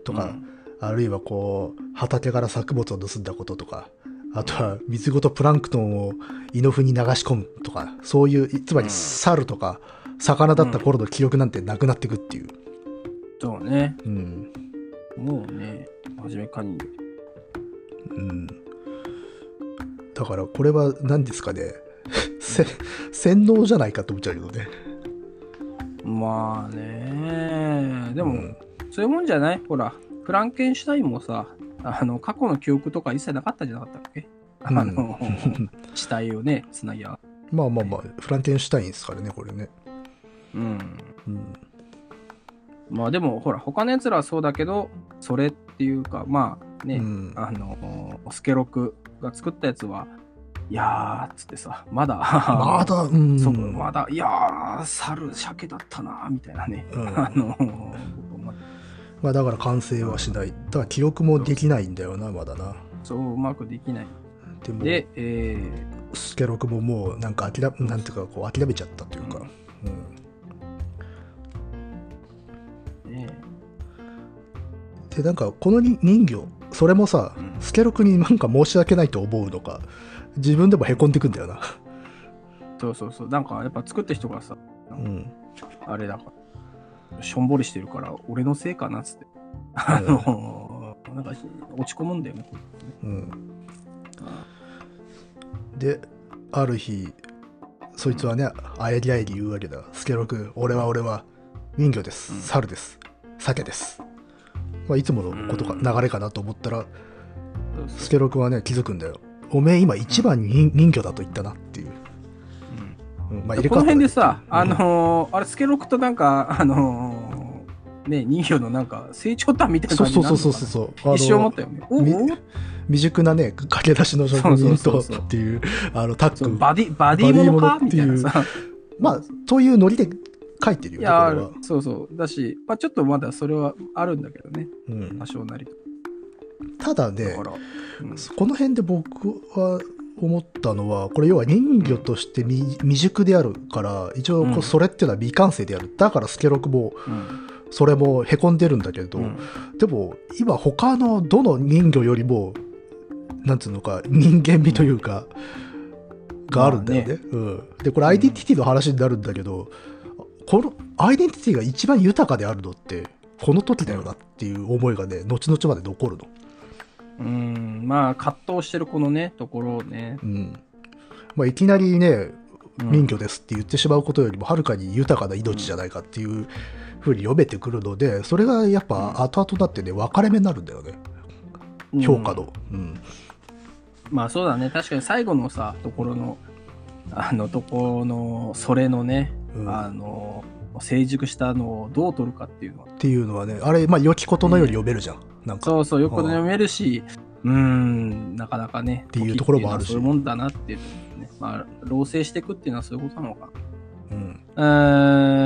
とか、あるいはこう畑から作物を盗んだこととかあとは水ごとプランクトンを胃の腑に流し込むとかそういういつまうりん猿とか魚だった頃の記憶なんてなくなっていくっていう。そうね。うんもうね、初めかに。うんだからこれは何ですかね (laughs) せ洗脳じゃないかと思っちゃうけどね。まあね。でうも、んそういうもんじゃないほら、フランケンシュタインもさ、あの、過去の記憶とか一切なかったんじゃなかったっけ、うんあの、死体をね、つなぎゃ。 (laughs) まあまあまあフランケンシュタインですからねこれね。うん。うんまあでも、ほら、他のやつらはそうだけど、それっていうか、まあね、うんあの、スケロクが作ったやつは、いやーっつってさ、まだ、まだうんそうまだ、いやー、猿、鮭だったなー、みたいなね。うん (laughs) あの、まあだから完成はしないだから記録もできないんだよなまだな。そう、うまくできない。でもで、えースケロクももうなんか諦めなんていうかこう諦めちゃったというか、うんねでなんかこのに人形それもさ、うんスケロクになんか申し訳ないと思うのか自分でもへこんでくんだよな、そうそうそう、なんかやっぱ作った人がさ、うん、あれだから、しょんぼりしてるから、俺のせいかなっつって、 (laughs) あのー、なんか落ち込むんだよね。うん、である日そいつはねあえりあえり言うわけだスケロク俺は俺は人魚です、うん猿です鮭です、まあ、いつものことか、うん流れかなと思ったらそうそうスケロクはね気づくんだよおめえ今一番に人人魚だと言ったなっていう、うんうんまあ、入このれ替わった辺でさ、うんあのーあれ、スケロクとなんか、あのーね、人魚のなんか成長譚みたいなそう感じそになるのかうそうそうなそ (laughs) う一瞬思っあたよね。おみお未熟なね駆け出しの職人そとうそうそうそうっていうあのタッそグうバディ、バディものかバディものっみていたういな (laughs) さ。まあというノリで書いてるよいねや、あこれるは、そうそう。だし、まあちょっとまだそれはあるんだけどね。うん多、少なり。ただねだから。うんこの辺で僕は思ったのはこれ要は人魚として未未熟であるから一応こううんそれってのは未完成であるだからスケロクもうんそれもへこんでるんだけど、うんでも今他のどの人魚よりもなんつうのか人間味というか、があるんだよね,、うん、でこれアイデンティティの話になるんだけど、このアイデンティティが一番豊かであるのってこの時だよなっていう思いがね後々まで残るの。うん、まあ、葛藤してるこのね、ところをね。うんまあ、いきなりねうん人魚ですって言ってしまうことよりもはるかに豊かな命じゃないかっていうふうに読めてくるのでそれがやっぱ後々だってね分かれ目になるんだよねうん評価の、うんまあそうだね。確かに最後のさ、ところの、あの、ところの、それのね、うんあっの成熟したのをどう取るかっていうのはていうのはねあれまあ良きことのように読めるじゃん、なんかそうそうよく読めるしうーんなかなかねっていうところもある時っしていうのはそういうもんだなっていうのねまあ老成していくっていうのはそういうことなのかうんな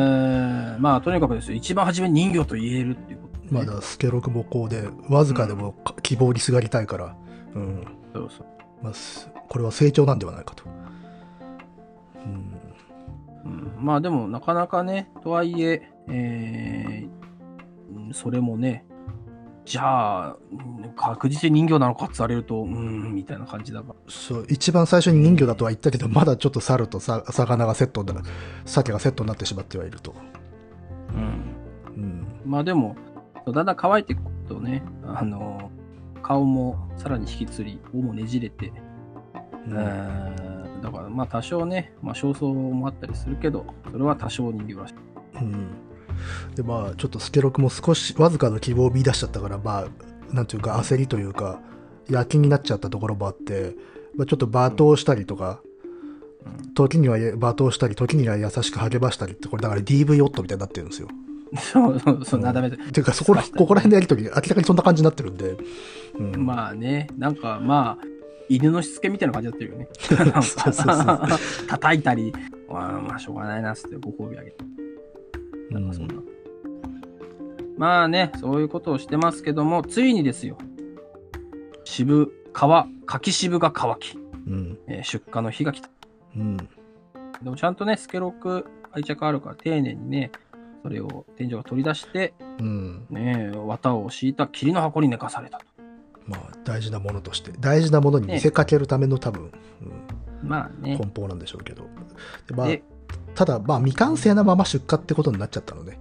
うーんまあとにかくですよ一番初めに人魚と言えるっていうことね、まだスケロクもこうでわずかでもか希望にすがりたいから、うんそうそう、まあ、すこれは成長なんではないかと。うんうん、まあでもなかなかねとはいええーうんそれもねじゃあうん確実に人魚なのかって言われるとうーんみたいな感じだからそう一番最初に人魚だとは言ったけどまだちょっと猿とさ魚がセットだ鮭がセットになってしまってはいると、うんうん、まあでも、だんだん乾いていくとね、あの、顔もさらに引きつり、尾もねじれて、ううんーんだからまあ多少ね、まあ焦燥もあったりするけど、それは多少人形らしい。 (laughs) うんでまあちょっとスケロクも少しわずかの希望を見出しちゃったからまあなんていうか焦りというか夜勤になっちゃったところもあって、まあ、ちょっと罵倒したりとか、時にはえ罵倒したり時には優しく励ましたりってこれだから DV 夫みたいになってるんですよ。そうそうそう、んなだめて。っていうかそこらここら辺のやりとり明らかにそんな感じになってるんで、うんまあね、なんかまあ、犬のしつけみたいな感じになってるよね。そ (laughs) うそう叩いたり、まあまあしょうがないなっつってご褒美あげて。なんかそんな。まあね、そういうことをしてますけども、ついにですよ、渋、川、柿渋が乾き、うんえー出荷の日が来た。うんでもちゃんとね、スケロク愛着あるから丁寧にね、それを天井が取り出して、うんねえ、綿を敷いた霧の箱に寝かされたと。まあ大事なものとして大事なものに見せかけるための多分、まあうん、ね。梱包なんでしょうけどで、まあ、で、ただまあ未完成なまま出荷ってことになっちゃったのね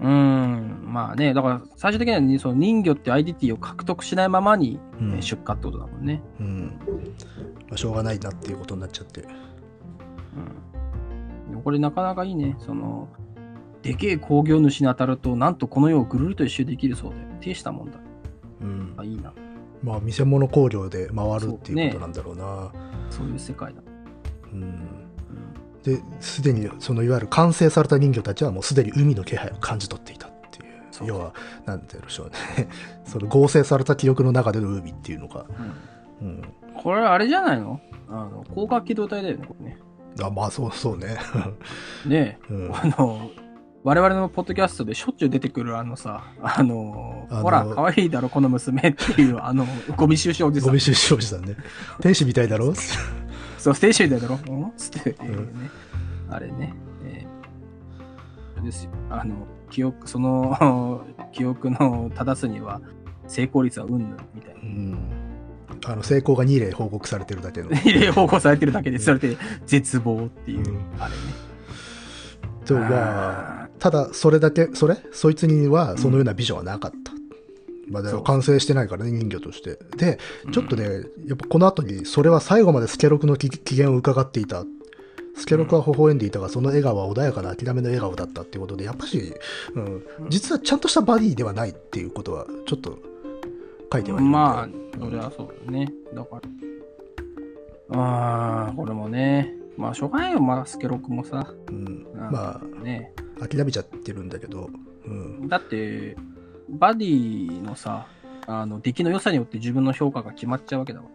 うーん、まあね、だから最終的にはねその人魚ってアイデンティティを獲得しないままに、うえんー出荷ってことだもんね。うんまあ、しょうがないなっていうことになっちゃってうん、でもこれなかなかいいね。そのでけえ工業主に当たると、なんとこの世をぐるりと一周できるそうで、手したもんだ。うんあいいな。まあ見せ物工業で回るっていうことなんだろうなそういう世界だ。うんうんですでにそのいわゆる完成された人魚たちはもうすでに海の気配を感じ取っていたっていうそう要は何て言うんでしょうね (laughs) その合成された記憶の中での海っていうのが、ううん、んこれはあれじゃないのあの高架機動隊だよね、これね。あまあそうそうね、 (laughs) ねうんえ、あの、我々のポッドキャストでしょっちゅう出てくるあのさ、あの、あほら、可の、愛いだろ、この娘っていう、あの、ゴミ収集おじさゴんミ。収集おじさ (laughs) んね。天使みたいだろそう、ステーションだろ、うんつって、っていうねうあれね、えーあれですよ。あの、記憶、その、 (laughs) 記憶の正すには、成功率はうんぬんみたいな (laughs) う。ん。あの、成功が2例報告されてるだけの。異例報告されてるだけで、それで絶望っていう、うんあれね。とまあ、ただ、それだけ、それそいつにはそのようなビジョンはなかった。まあ、だかそらう完成してないからね、人魚として。で、ちょっとね、ね、やっぱこの後に、それは最後までスケロクのき機嫌を伺っていた。スケロクは微笑んでいたが、その笑顔は穏やかな諦めの笑顔だったっていうことで、やっぱし、うん、実はちゃんとしたバディではないっていうことは、ちょっと書いてはいるんでまあ、それはそうだね。だから、ああ、これもね、まあ、しょうがないよ、まあ、スケロクもさ、うん、なんまかね。あ、諦めちゃってるんだけど、うん、だって、バディのさ、あの出来の良さによって自分の評価が決まっちゃうわけだわ。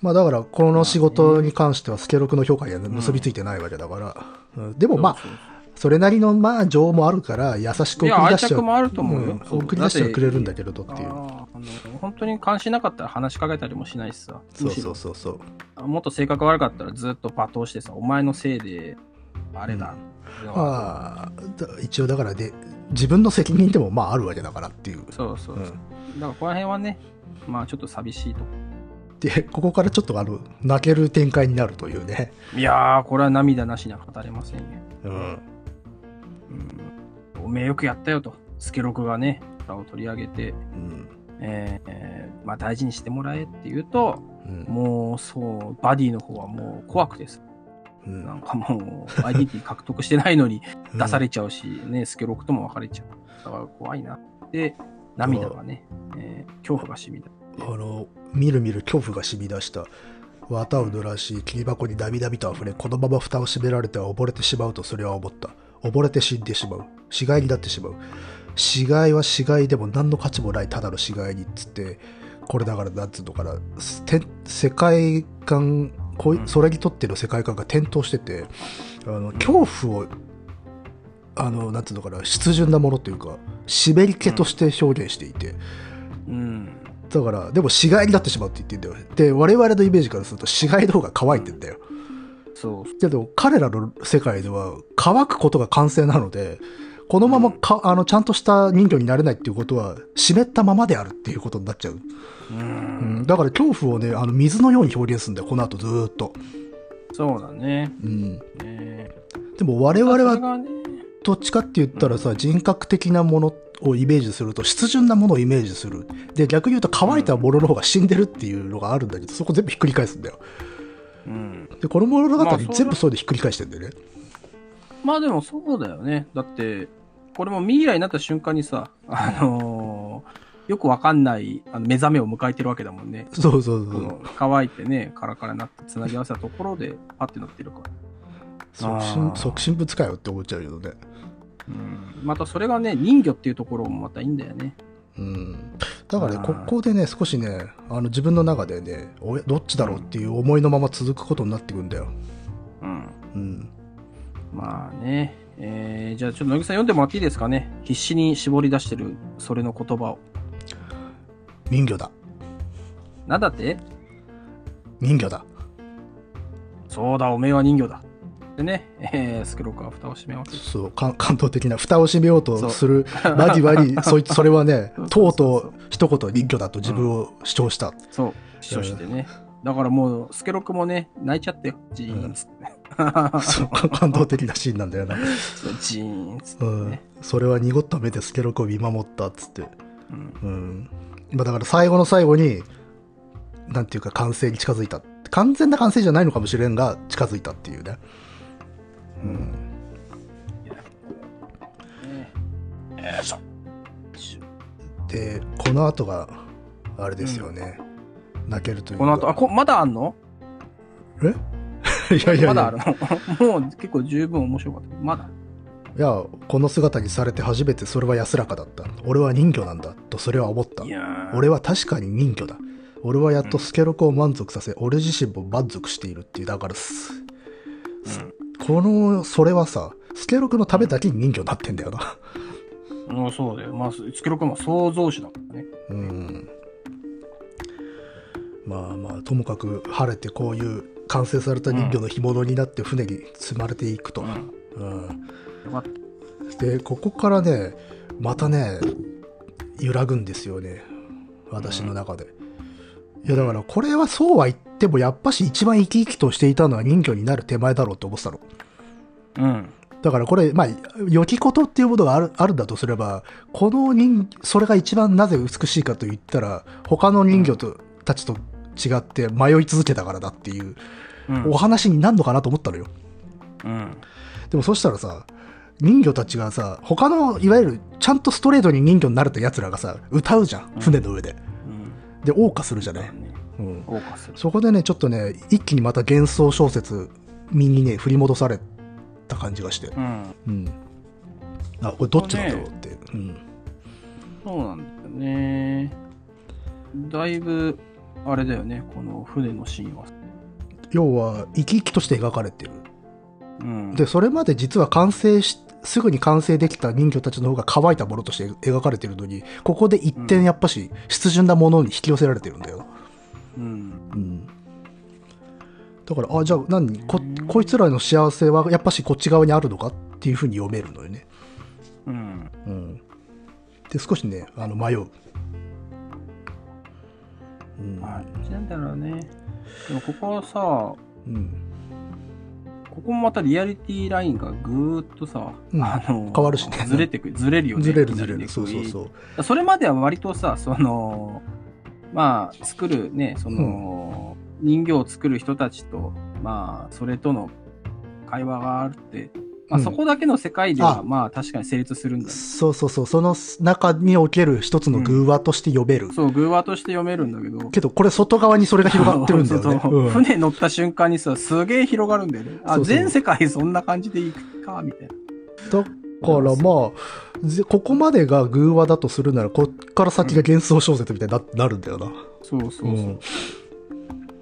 まあだから、この仕事に関しては、スケロクの評価には結びついてないわけだから、うんでもまあ、そうそうそれなりのまあ情もあるから、優しいく送りや、愛出して着は、もあると思ううんよ。そう送り出してはくれるんだけどだっってていあう。ーあの本当に関心なかったら話しかけたりもしないしさ。そうむしそろうそうそう。あもっと性格悪かったらずっと罵倒してさ、お前のせいで、あれだ。まあ、だ一応だからで、自分の責任でもまああるわけだからっていう。そうそうそうう。んだからこの辺はね、まあちょっと寂しいとこ。で、ここからちょっとあの、泣ける展開になるというね。いやー、これは涙なしには語れませんね。うん。うん、おめえよくやったよと、スケロクがね、ラを取り上げて、うん。えーえーまあ、大事にしてもらえって言うと、うん。もうそう、バディの方はもう怖くてさ、うなんんかもう、アイデンティティ獲得してないの (laughs) に出されちゃうし、ね、スケロクとも別れちゃう。だから怖いな。で、涙がね、えー恐怖がしみた。あの、みるみる恐怖が染み出した。綿を濡らし、切り箱にダビダビと溢れ、このまま蓋を閉められては溺れてしまうとそれは思った。溺れて死んでしまう。死骸になってしまう。死骸は死骸でも何の価値もないただの死骸にっつって、これだからなんつうのかな、すて世界観、こういうんそれにとっての世界観が転倒してて、あの恐怖を、あの、なんつうのかな、湿潤なものというか、湿り気として表現していて、うん。だから、でも死骸になってしまうって言ってんだよ。で、我々のイメージからすると死骸の方が乾いてんだよ。そう。けど、彼らの世界では乾くことが完成なので、このままか、あの、ちゃんとした人魚になれないっていうことは、湿ったままであるっていうことになっちゃう。うんうん、だから恐怖をね、あの、水のように表現するんだよ、この後ずーっと。そうだね。うん。ねでも我々それは、がねどっちかって言ったらさ、人格的なものをイメージすると、湿潤なものをイメージする。で、逆に言うと乾いたものの方が死んでるっていうのがあるんだけど、そこ全部ひっくり返すんだよ。うん。でこの物ま語あそうだ全部そうでひっくり返してんだよね。まあでもそうだよね。だって、これもミイラになった瞬間にさ、あのーよくわかんないあの目覚めを迎えてるわけだもんね。そうそうそうこの乾いてね、カラカラになってつなぎ合わせたところで、パッてなってるから。促あー進促進物かよって思っちゃうけどね。うん、またそれがね、人魚っていうところもまたいいんだよね。うん、だかあらねーここでね少しねあの自分の中でねおやどっちだろうっていう思いのまま続くことになってくんだよ。うん。うん、まあね。えー、じゃあちょっと野木さん読んでもらっていいですかね。必死に絞り出してる、それの言葉を。人魚だなんだって人魚だそうだ、おめえは人魚だ。でね、えースケロクは蓋を閉めます。そうか感動的な蓋を閉めようそうとするバディバデ (laughs) ィそいつそれはねそうそとうそううとう一言人魚だと自分を主張した。そう、視聴してね。だからもう、スケロクもね、泣いちゃって、ジーンつって。 (laughs) そう感動的なシーンなんだよな。そうジーンつってうねん。、それは濁った目でスケロクを見守ったっつって。うんうん。まあだから最後の最後に、なんていうか完成に近づいた。完全な完成じゃないのかもしれんが、近づいたっていうね。うん。ねで、この後が、あれですよね。泣けるというか。この後、あ、こまだあんのえ (laughs) いやいやまいだあやる。の (laughs) もう結構十分面白かった。まだ。いや、この姿にされて初めてそれは安らかだった。俺は人魚なんだ、とそれは思ったい。やー俺は確かに人魚だ。俺はやっとスケロクを満足させ、俺自身も満足しているっていう、だからす、うんこの、それはさ、スケロクのためだけに人魚になってんだよな。うん、そうだよ。まあ、一郎君も創造主だからね。うんまあまあともかく晴れてこういう完成された人魚の干物になって船に積まれていくと、うんよかっでここからねまたね揺らぐんですよね私の中で、いやだからこれはそうは言ってもやっぱし一番生き生きとしていたのは人魚になる手前だろうと思ってたのた。うん。だからこれ、まあ、良きことっていうものがあるあるんだとすれば、この人、それが一番なぜ美しいかと言ったら、他の人魚とたちと違って迷い続けたからだっていううんお。話になるのかなと思ったのよ。うん。でもそしたらさ、人魚たちがさ、他の、いわゆる、ちゃんとストレートに人魚になれた奴らがさ、歌うじゃん、うん船の上で。うん。で、謳歌するじゃだないよ。ね。うん。謳歌する。そこでね、ちょっとね、一気にまた幻想小説、身にね、振り戻された感じがして。うん。うん、あこれどっちなんだろうって、うん、そうなんだよね。だいぶ、あれだよね。この船のシーンは。要は生き生きとして描かれてるうん。でそれまで実は完成しすぐに完成できた人魚たちの方が乾いたものとして描かれてるのにここで一う点やっぱし湿潤なものに引き寄せられてるんだよ、うん。うん、だからあじゃあ何ここいつらの幸せはやっぱしこっち側にあるのかっていうふうに読めるのよね、うん。うん、で少しねあの迷う、うんまあ、なんだろうね。でも、ここはさ、こうん、こもまたリアリティラインがぐーっとさ、うんあの、変わるしねずれてく、ずれるよね。ずれるずれてるくそうそうそうそれまでは割とさ、その、まあ、作るね、その、人形を作る人たちと、まあ、それとの会話があるって、まあ、うんそこだけの世界では、あまあ、確かに成立するんだ、ね、そうそうそう、その中における一つの偶話として呼べる。そう、偶話として読めるんだけど、けど、これ外側にそれが広がってるんだよね。 (laughs) そううん船乗った瞬間にさ、すげえ広がるんだよね。あ、そうそう全世界そんな感じで行くか、みたいな。だからまあ、ぜここまでが偶話だとするなら、こっから先が幻想小説みたいにななるんだよな。そうそうそうう。ん。こ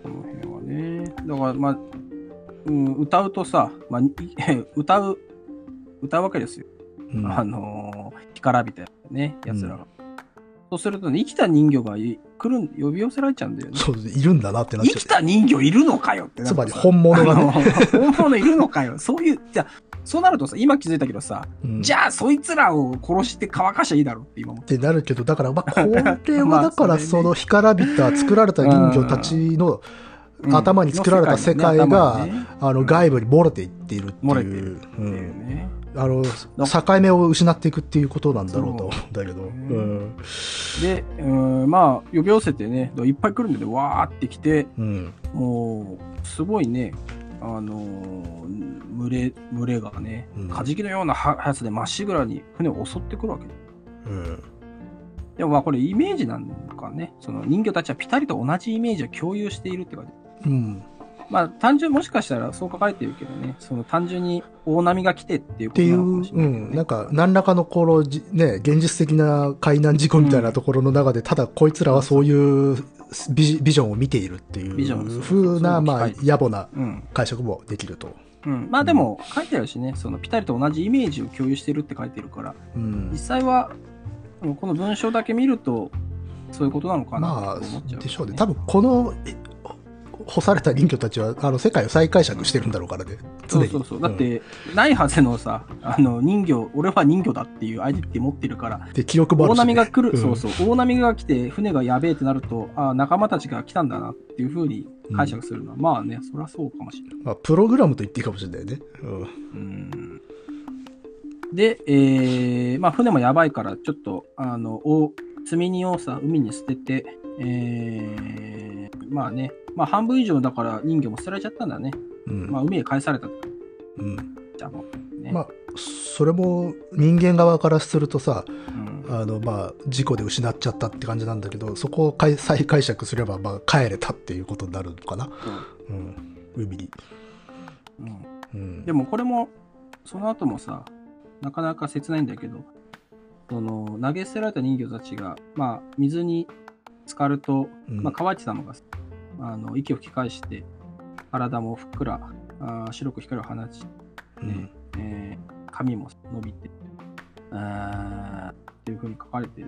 の辺はね。だから、まあ、うん、歌うとさ、まあ、 (laughs) に歌う、歌うわけですよ。うんあのー、干からびたね、やつらが。そうするとね、生きた人魚がい来るん、呼び寄せられちゃうんだよね。そう、いるんだなってなっ生ちゃきた人魚いるのかよってう。なつるまとりさ本物がね。あのー本物いるのかよ。そういう、じゃあそうなるとさ、今気づいたけどさ、うんじゃあそいつらを殺して乾かしゃいいだろうって今思っってなるけど、だか (laughs) ら、まあ、これまあはだから、それねその干からびた、作られた人魚たち (laughs) のて。うん頭に作られた世界がの世界のねあうのん外部に漏れていっているって漏れているう。頭うにねっんていうねあの境目を失っていくっていうことなんだろうと思うんだけど、そううねんで、うん、まあ、呼び寄せてね、いっぱい来るんでね、わーって来て、うんもうすごいね、あのー群れ群れがねうん、カジキのようなは速さでまっしぐらに船を襲ってくるわけでうんでもまあこれイメージなんかね、その人魚たちはピタリと同じイメージを共有しているって感じ。うん、っまあ単純もしかしたらそう書かれてるけどね、その単純に大波が来てっていうこてといなう、のかもしれうないけどねん、なんか何らかのこのじね現実的な海難事故みたいなところの中で、ただこいつらはそういうビジビジョンを見ているっていビジョンそうう風なそうまあはい野暮なうん解釈もできると、うん、まあでも書いてあるしね、そのピタリと同じイメージを共有してるって書いてるから、うん実、際はうんこの文章だけ見ると、そういうことなのかなまと思っちゃうけどね、あでしょうね多分このえ干された人魚たちはあの世界を再解釈してるんだろうからね常そにうそうそう。だっ、て、ないはずのさ、あの、人魚、俺は人魚だっていうアイデンティティ持ってるから、うんで記憶もあ大るしね、波が来る、うんそうそう、大波が来て、船がやべえってなると、ああ、仲間たちが来たんだなっていうふうに解釈するのは、まあね、そりゃそうかもしれない。まあ、プログラムと言っていいかもしれないね。うんうん。で、えー、まあ、船もやばいから、ちょっと、あの、お積み荷をさ、海に捨てて、えー、まあね、まあ、半分以上だから人魚も捨てられちゃったんだね。うんまあ、海へ返されたってうんじゃあもう、ね。まあそれも人間側からするとさうんあの、まあ、事故で失っちゃったって感じなんだけどそこをかい再解釈すれば、まあ、帰れたっていうことになるのかな、そううん、海に、うんうんでもこれも、その後もさ、なかなか切ないんだけど、その投げ捨てられた人魚たちが、まあ、水に浸かると、うんまあ、乾いてたのが、あの息を吹き返して、体もふっくら、あー白く光を放ち、うんえー髪も伸びて、あーいうふうに書かれてる。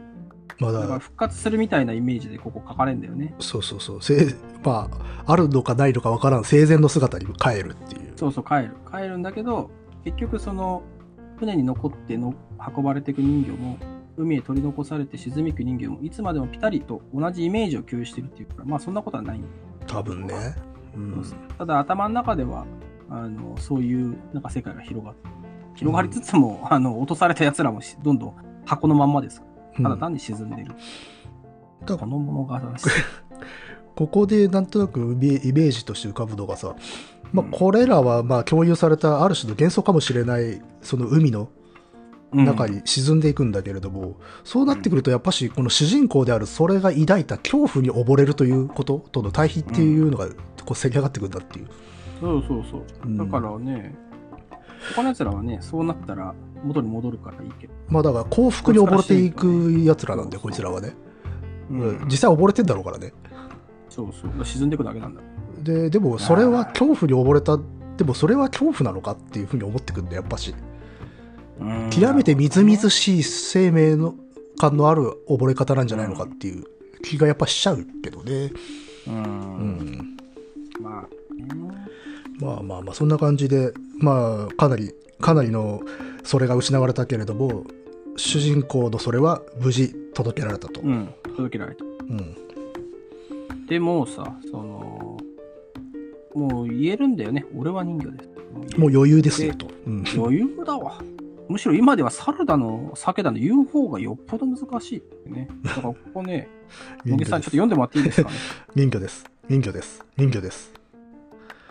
まだからだ、復活するみたいなイメージでここ書かれるんだよね。そうそうそう、せまあ、あるのかないのかわからん生前の姿に帰るっていう。そうそう、帰る。帰るんだけど、結局その、船に残っての運ばれていく人魚も、海へ取り残されて沈みく人魚も、いつまでもピタリと同じイメージを共有してるっていうから、まあそんなことはないんだ多分ね。うん。ただ頭の中では、あの、そういうなんか世界が広がって、広がりつつも、あの、落とされた奴らもしどんどん箱のまんまです。うんただ単に沈んでる。だこの物語らしい。ここでなんとなくイメイメージとして浮かぶのがさ、まあ、これらはまあ共有されたある種の幻想かもしれないその海の (laughs) 中に沈んでいくんだけれども、そうなってくるとやっぱしこの主人公であるそれが抱いた恐怖に溺れるということとの対比っていうのがこうせり上がってくるんだっていう。そうそうそう。うんだからね、他の奴らはね、そうなったら元に戻るからいいけど。まあだから幸福に溺れていくやつらなんで、こいつらはね。うん実際溺れてんだろうからね。そうそう。沈んでいくだけなんだ。で、でもそれは恐怖に溺れた、でもそれは恐怖なのかっていうふうに思ってくるんだよ、やっぱし。極めてみずみずしい。しい生命の感のある溺れ方なんじゃないのかっていう気がやっぱしちゃうけどね。う。うんん。まあ、まあまあまあ、そんな感じで、まあ、かなり、かなりのそれが失われたけれども、主人公のそれは無事届けられたと。う。うんん。届けられた。でもさ、その、もう言えるんだよね。俺は人魚です。もう余裕ですよと。 (laughs) うん。余裕だわ。むしろ今では猿だの、鮭だの言う方がよっぽど難しいってね。だからここ (laughs) ね、野人木さ魚んでちょっとす。読んでもらっていいですかね。 (laughs) 人魚です。人魚です。人魚です。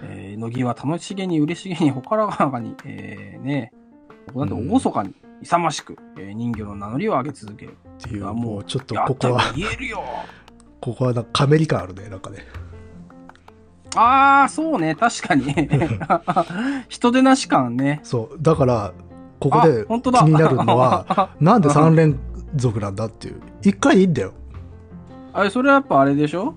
えー、乃木は楽しげに嬉しげにほからがかに、えー、ね、なんて厳かに、勇ましく、えー人魚の名乗りを上げ続ける。っていう、いやもうもうちょっとやこっこたは、言えるよここはなんかカメリ感あるね、なんかね。ああ、そうね、確か (laughs) に。 (laughs) 人手なし感ね。そう。だから、ここあで本当だ気になるのは、 (laughs) は、なんで3連続なんだっていう。1回いいんだよ。あれ、それはやっぱあれでしょ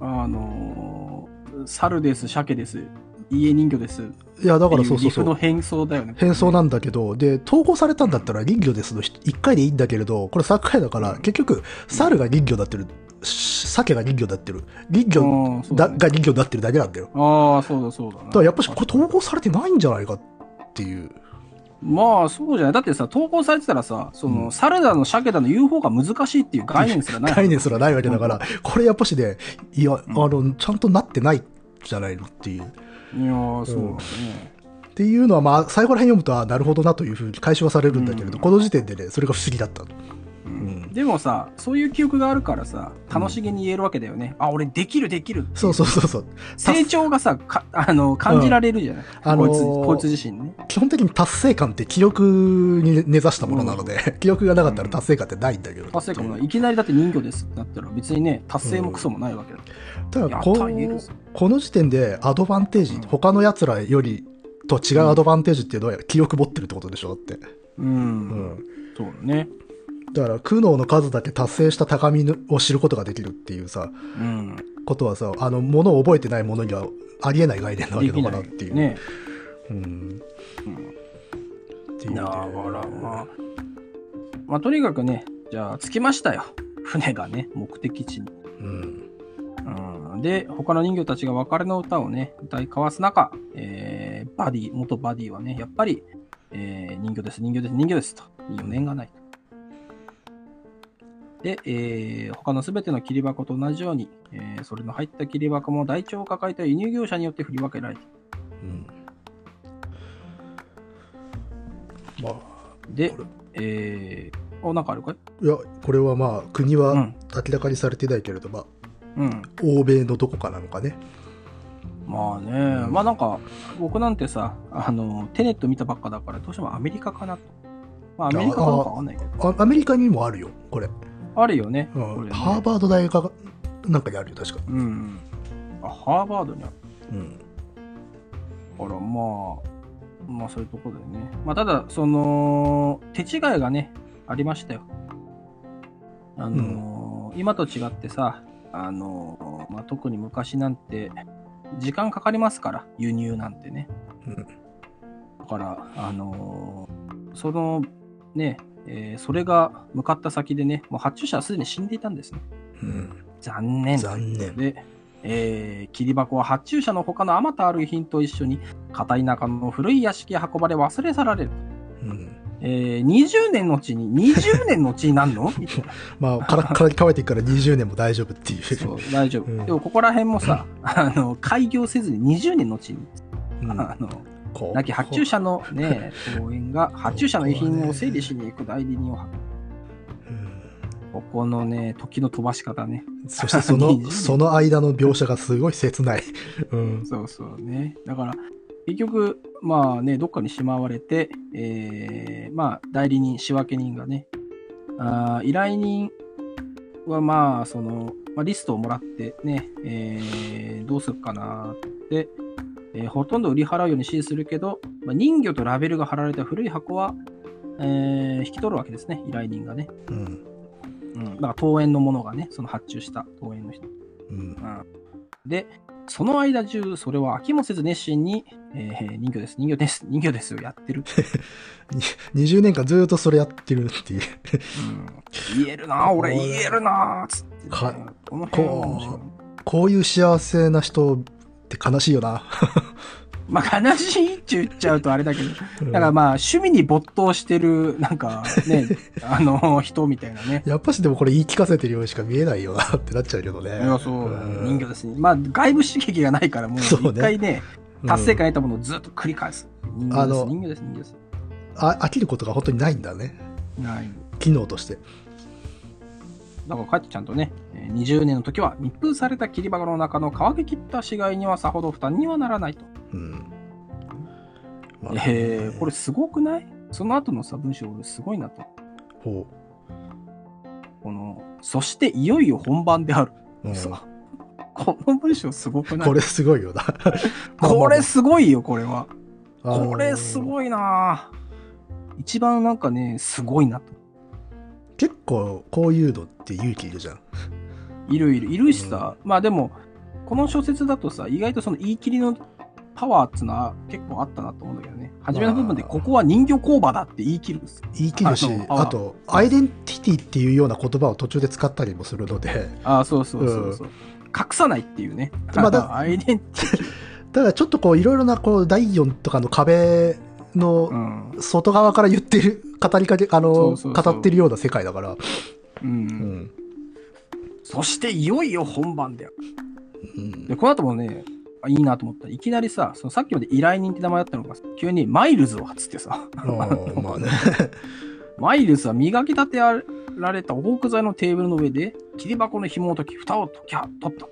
あのー、猿です、鮭です、家人魚です。いや、だからそっていううそうリフそのう。変装だよね。変装なんだけど、で、統合されたんだったら人魚ですの1回でいいんだけれど、これ3回だから、結局、猿が人魚になってる、し鮭が人魚になってる、人魚うんそうだだねが人魚になってるだけなんだよ。ああ、そうだそうだな。だからやっぱしこれ統合されてないんじゃないかっていう。まあそうじゃない。だってさ、投稿されてたらさ、その、うんサラダの鮭だの言う方が難しいっていう概念すら (laughs) ない。概念すらないわけだから、これやっぱしね、いや、あんの、ちゃんとなってないじゃないのっていう。いやー、そうだね。っていうのは、まあ、最後ら辺読むと、あなるほどなというふうに解消はされるんだけれうど、んこの時点でね、それが不思議だった。うんでもさ、そういう記憶があるからさ、楽しげに言えるわけだよね。あ、俺できるできるっていうそうそうそうそう。成長がさ、かあの感じられるじゃない、あのーこいつこいつ自身ね。基本的に達成感って記憶に根ざしたものなので、記憶がなかったら達成感ってないんだけど。達成感もない。いきなりだって人魚ですってなったら別にね、達成もクソもないわけだ。ただやったこ言えるう、この時点でアドバンテージ、他の奴らよりと違うアドバンテージっていうのは記憶持ってるってことでしょだって。うん。うん。そうだね。だから、苦悩の数だけ達成した高みを知ることができるっていうさ、うん。ことはさ、あの、ものを覚えてないものにはありえない概念なわでけだきかならいっていう。ね。うん。うんっていうねだからまあ、まあ、とにかくね、じゃあ着きましたよ。船がね、目的地に。うん。うん、で、他の人魚たちが別れの歌をね、歌い交わす中、えーバディ、元バディはね、やっぱり、えー人魚です、人魚です、人魚ですと、余念がないと。で、えー他のすべての切り箱と同じように、えーそれの入った切り箱も台帳を抱えた輸入業者によって振り分けられてうん。まあ、で、えー、お、なんかあるかいいや、これはまあ、国はうん明らかにされてないけれど、まあ、うん。欧米のどこかなのかね。まあね、んまあなんか、僕なんてさ、あの、テネット見たばっかだから、どうしてもアメリカかなと。まあアメリカかどうかわかんないけど。あアメリカにもあるよ、これ。あるよね。うんこれねハーバード大学なんかにあるよ、確か。うんうん。あ、ハーバードにあるうん。から、まあ、まあそういうとこだよね。まあただ、その、手違いがね、ありましたよ。あのー、今と違ってさ、あのー、まあ特に昔なんて、時間かかりますから、輸入なんてね。うんだから、あのーそのね、えーそれが向かった先でね、もう発注者はすでに死んでいたんですね。うん、残念。残念。で、えー、切り箱は発注者の他のあまたある遺品と一緒に、片田舎の古い屋敷へ運ばれ忘れ去られる。うん、えー、20年のうちに、20年のうちになん (laughs) のみたいな。まあ、からからに乾いていくから20年も大丈夫っていう。そう、大丈夫。うんでも、ここら辺も (laughs) さ、あの、開業せずに20年のうちに、うん (laughs) あの、こう亡き発注者のね、応援が、発注者の遺品を整理しに行く代理人を運ぶ、うんここのね、時の飛ばし方ね。そして (laughs) そ20の、年その間の描写がすごい切 (laughs) ない。うん。そうそうね。だから、結局、まあね、どっかにしまわれて、えーまあ、代理人、仕分け人がね、あー依頼人はまあ、その、まあ、リストをもらってね、えーどうするかなって、えーほとんど売り払うように指示するけど、まあ、人魚とラベルが貼られた古い箱は、えー引き取るわけですね、依頼人がね。うん。うん、だから、当園のものがね、その発注した当園の人。うん。で、その間中、それは飽きもせず熱心に、えー人魚です、人魚です、人魚ですよ、やってる。に20年間ずっとそれやってるっていう。言えるなぁ、俺 (laughs) これ言えるなぁ、つって、かこの辺は面白いここういう幸せな人って悲しいよな。まあ、悲しいって言っちゃうとあれだけど、だうんからまあ、趣味に没頭してる、なんか (laughs) ね、あの、人みたいなね。やっぱしでもこれ言い聞かせてるようにしか見えないよなってなっちゃうけどね。いや、そう、ん人魚ですね。まあ、外部刺激がないから、もう、そうね一回ね、達成感得たものをずっと繰り返す。人魚であす、の人魚です、人魚です。あ飽きることが本当にないんだね。ない。機能として。だから帰ってちゃんとね、えー20年の時は密封された切り箱の中の乾ききった死骸にはさほど負担にはならないと。うん。まあえー、これすごくないその後のさ、文章俺すごいなと。ほこの、そしていよいよ本番である。う。うんさこの文章すごくないこれすごいよな。こ (laughs) れすごいよ、これは。あのこれすごいなぁ一番なんかね、すごいなと。結構こういうのって勇気いるじゃん。いるいる。いるしさ、まあでも、この小説だとさ、意外とその言い切りのパワーっつうのは結構あったなと思うんだけどね。初めの部分で、あーここは人魚工場だって言い切るんですよ言い切るしあ、のああと、アイデンティティっていうような言葉を途中で使ったりもするので、ああ、そうそうそうそう。隠さないっていうね。まあだあのアイデンティティ。ただちょっとこういろいろなこう第4とかの壁うのん。外側から言ってる、語りかけ、あその、うそうそう語ってるような世界だから、う。うんん。そして、いよいよ本番だよ。うんで、この後もね、あいいなと思ったらいきなりさ、そのさっきまで依頼人って名前だったのが、急にマイルズを発ってさ、 (laughs) あーまあね。マイルスは磨き立てられたオーク材のテーブルの上で、切り箱の紐を解き、蓋を解きは取った。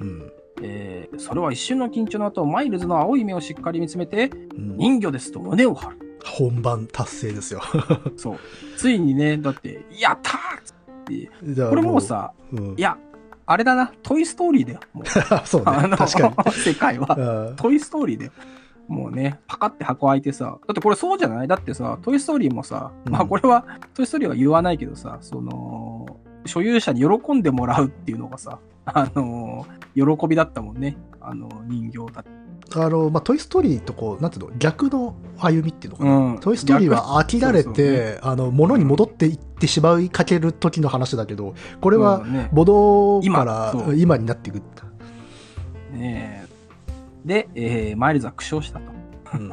うん。えーそれは一瞬の緊張の後、マイルズの青い目をしっかり見つめて、うん人魚ですと胸を張る。本番達成ですよ。そう。ついにね、だって、やったーって、じゃあこれもう、さ、うんい、や、あれだな、トイ・ストーリーだよ。もうそうねあの、確か (laughs) に。世界は。あートイ・ストーリーだよ。もうね、パカって箱開いてさ、だってこれそうじゃないだってさ、トイ・ストーリーもさ、うんまあこれは、トイ・ストーリーは言わないけどさ、その、所有者に喜んでもらうっていうのがさ、あのー喜びだったもんね。あの人形だって。あの、まあ、トイ・ストーリーとこう、なんていうの、逆の歩みっていうのかな。うんトイ・ストーリーは飽きられそうそうねて、あの、物に戻っていってしまいかける時の話だけど、これそはう、だね物か今らそう今になっていく。ねえで、えーマイルズは苦笑したと。うん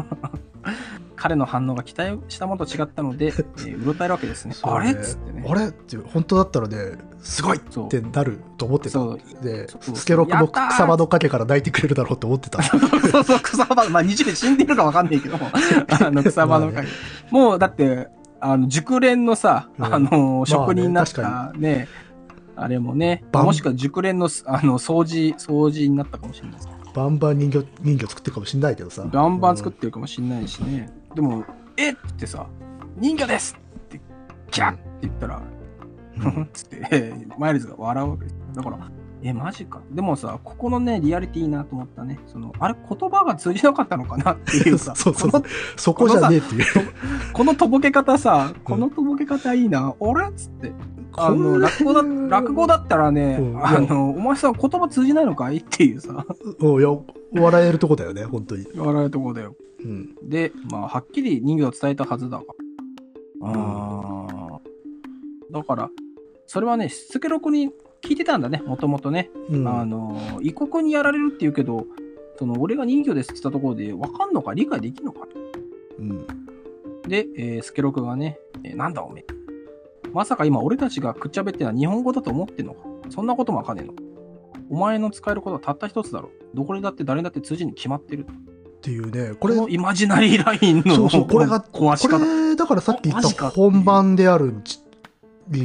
彼の反応が期待したものと違った (laughs) ので、えーうろたえるわけですね。そう (laughs) あねれっつってね。あれって、本当だったらね、すごいっそうてなると思ってたそう。でそうそう、スケロクやもったー草場の陰から泣いてくれるだろうと思って (laughs) た。そうそう、草場、まあ、20年死んでるかわかんないけ (laughs) ど、あの、草場のまあ会。もう、だって、あの、熟練のさ、うんあの、職人になっまた、ね、あれもね、バンもしくは熟練のす、あの、掃除、掃除になったかもしれないです。バンバン人形、人形作ってるかもしれないけどさ。バンバン作っってるかもしれないしね。でも、えってさ、人魚ですって、キャッって言ったら、ふふんっ (laughs) つって、えーマイルズが笑うわけです。だから、え、マジか。でもさ、ここのね、リアリティいいなと思ったね。その、あれ、言葉が通じなかったのかなっていうさ、 (laughs) そうそうこのそこじゃねえっていう。このとぼけ方さ、このとぼけ方いいな、俺っつって。あの、落語だ、落語だったらねう、んあの、お前さ、言葉通じないのかいっていうさ、うんいや、笑えるとこだよね、本当に。笑うとこだよ。うん。で、まあ、はっきり人魚を伝えたはずだが。あーだから、それはね、しつけろくに聞いてたんだね、もともとね。うんあの、異国にやられるって言うけど、その俺が人魚ですって言ったところで、わかんのか、理解できんのか。うんで、えースケロクがね、えーなんだおめえ。まさか今俺たちがくっちゃべってのは日本語だと思ってんのかそんなこともわかんねえの。お前の使えることはたった一つだろ。どこにだって誰にだって通じに決まってる。っていうねここれのイマジナリーラインのそうそうこれが (laughs) 壊しこ方。れだからさっき言っマジかたっていう本番であるじ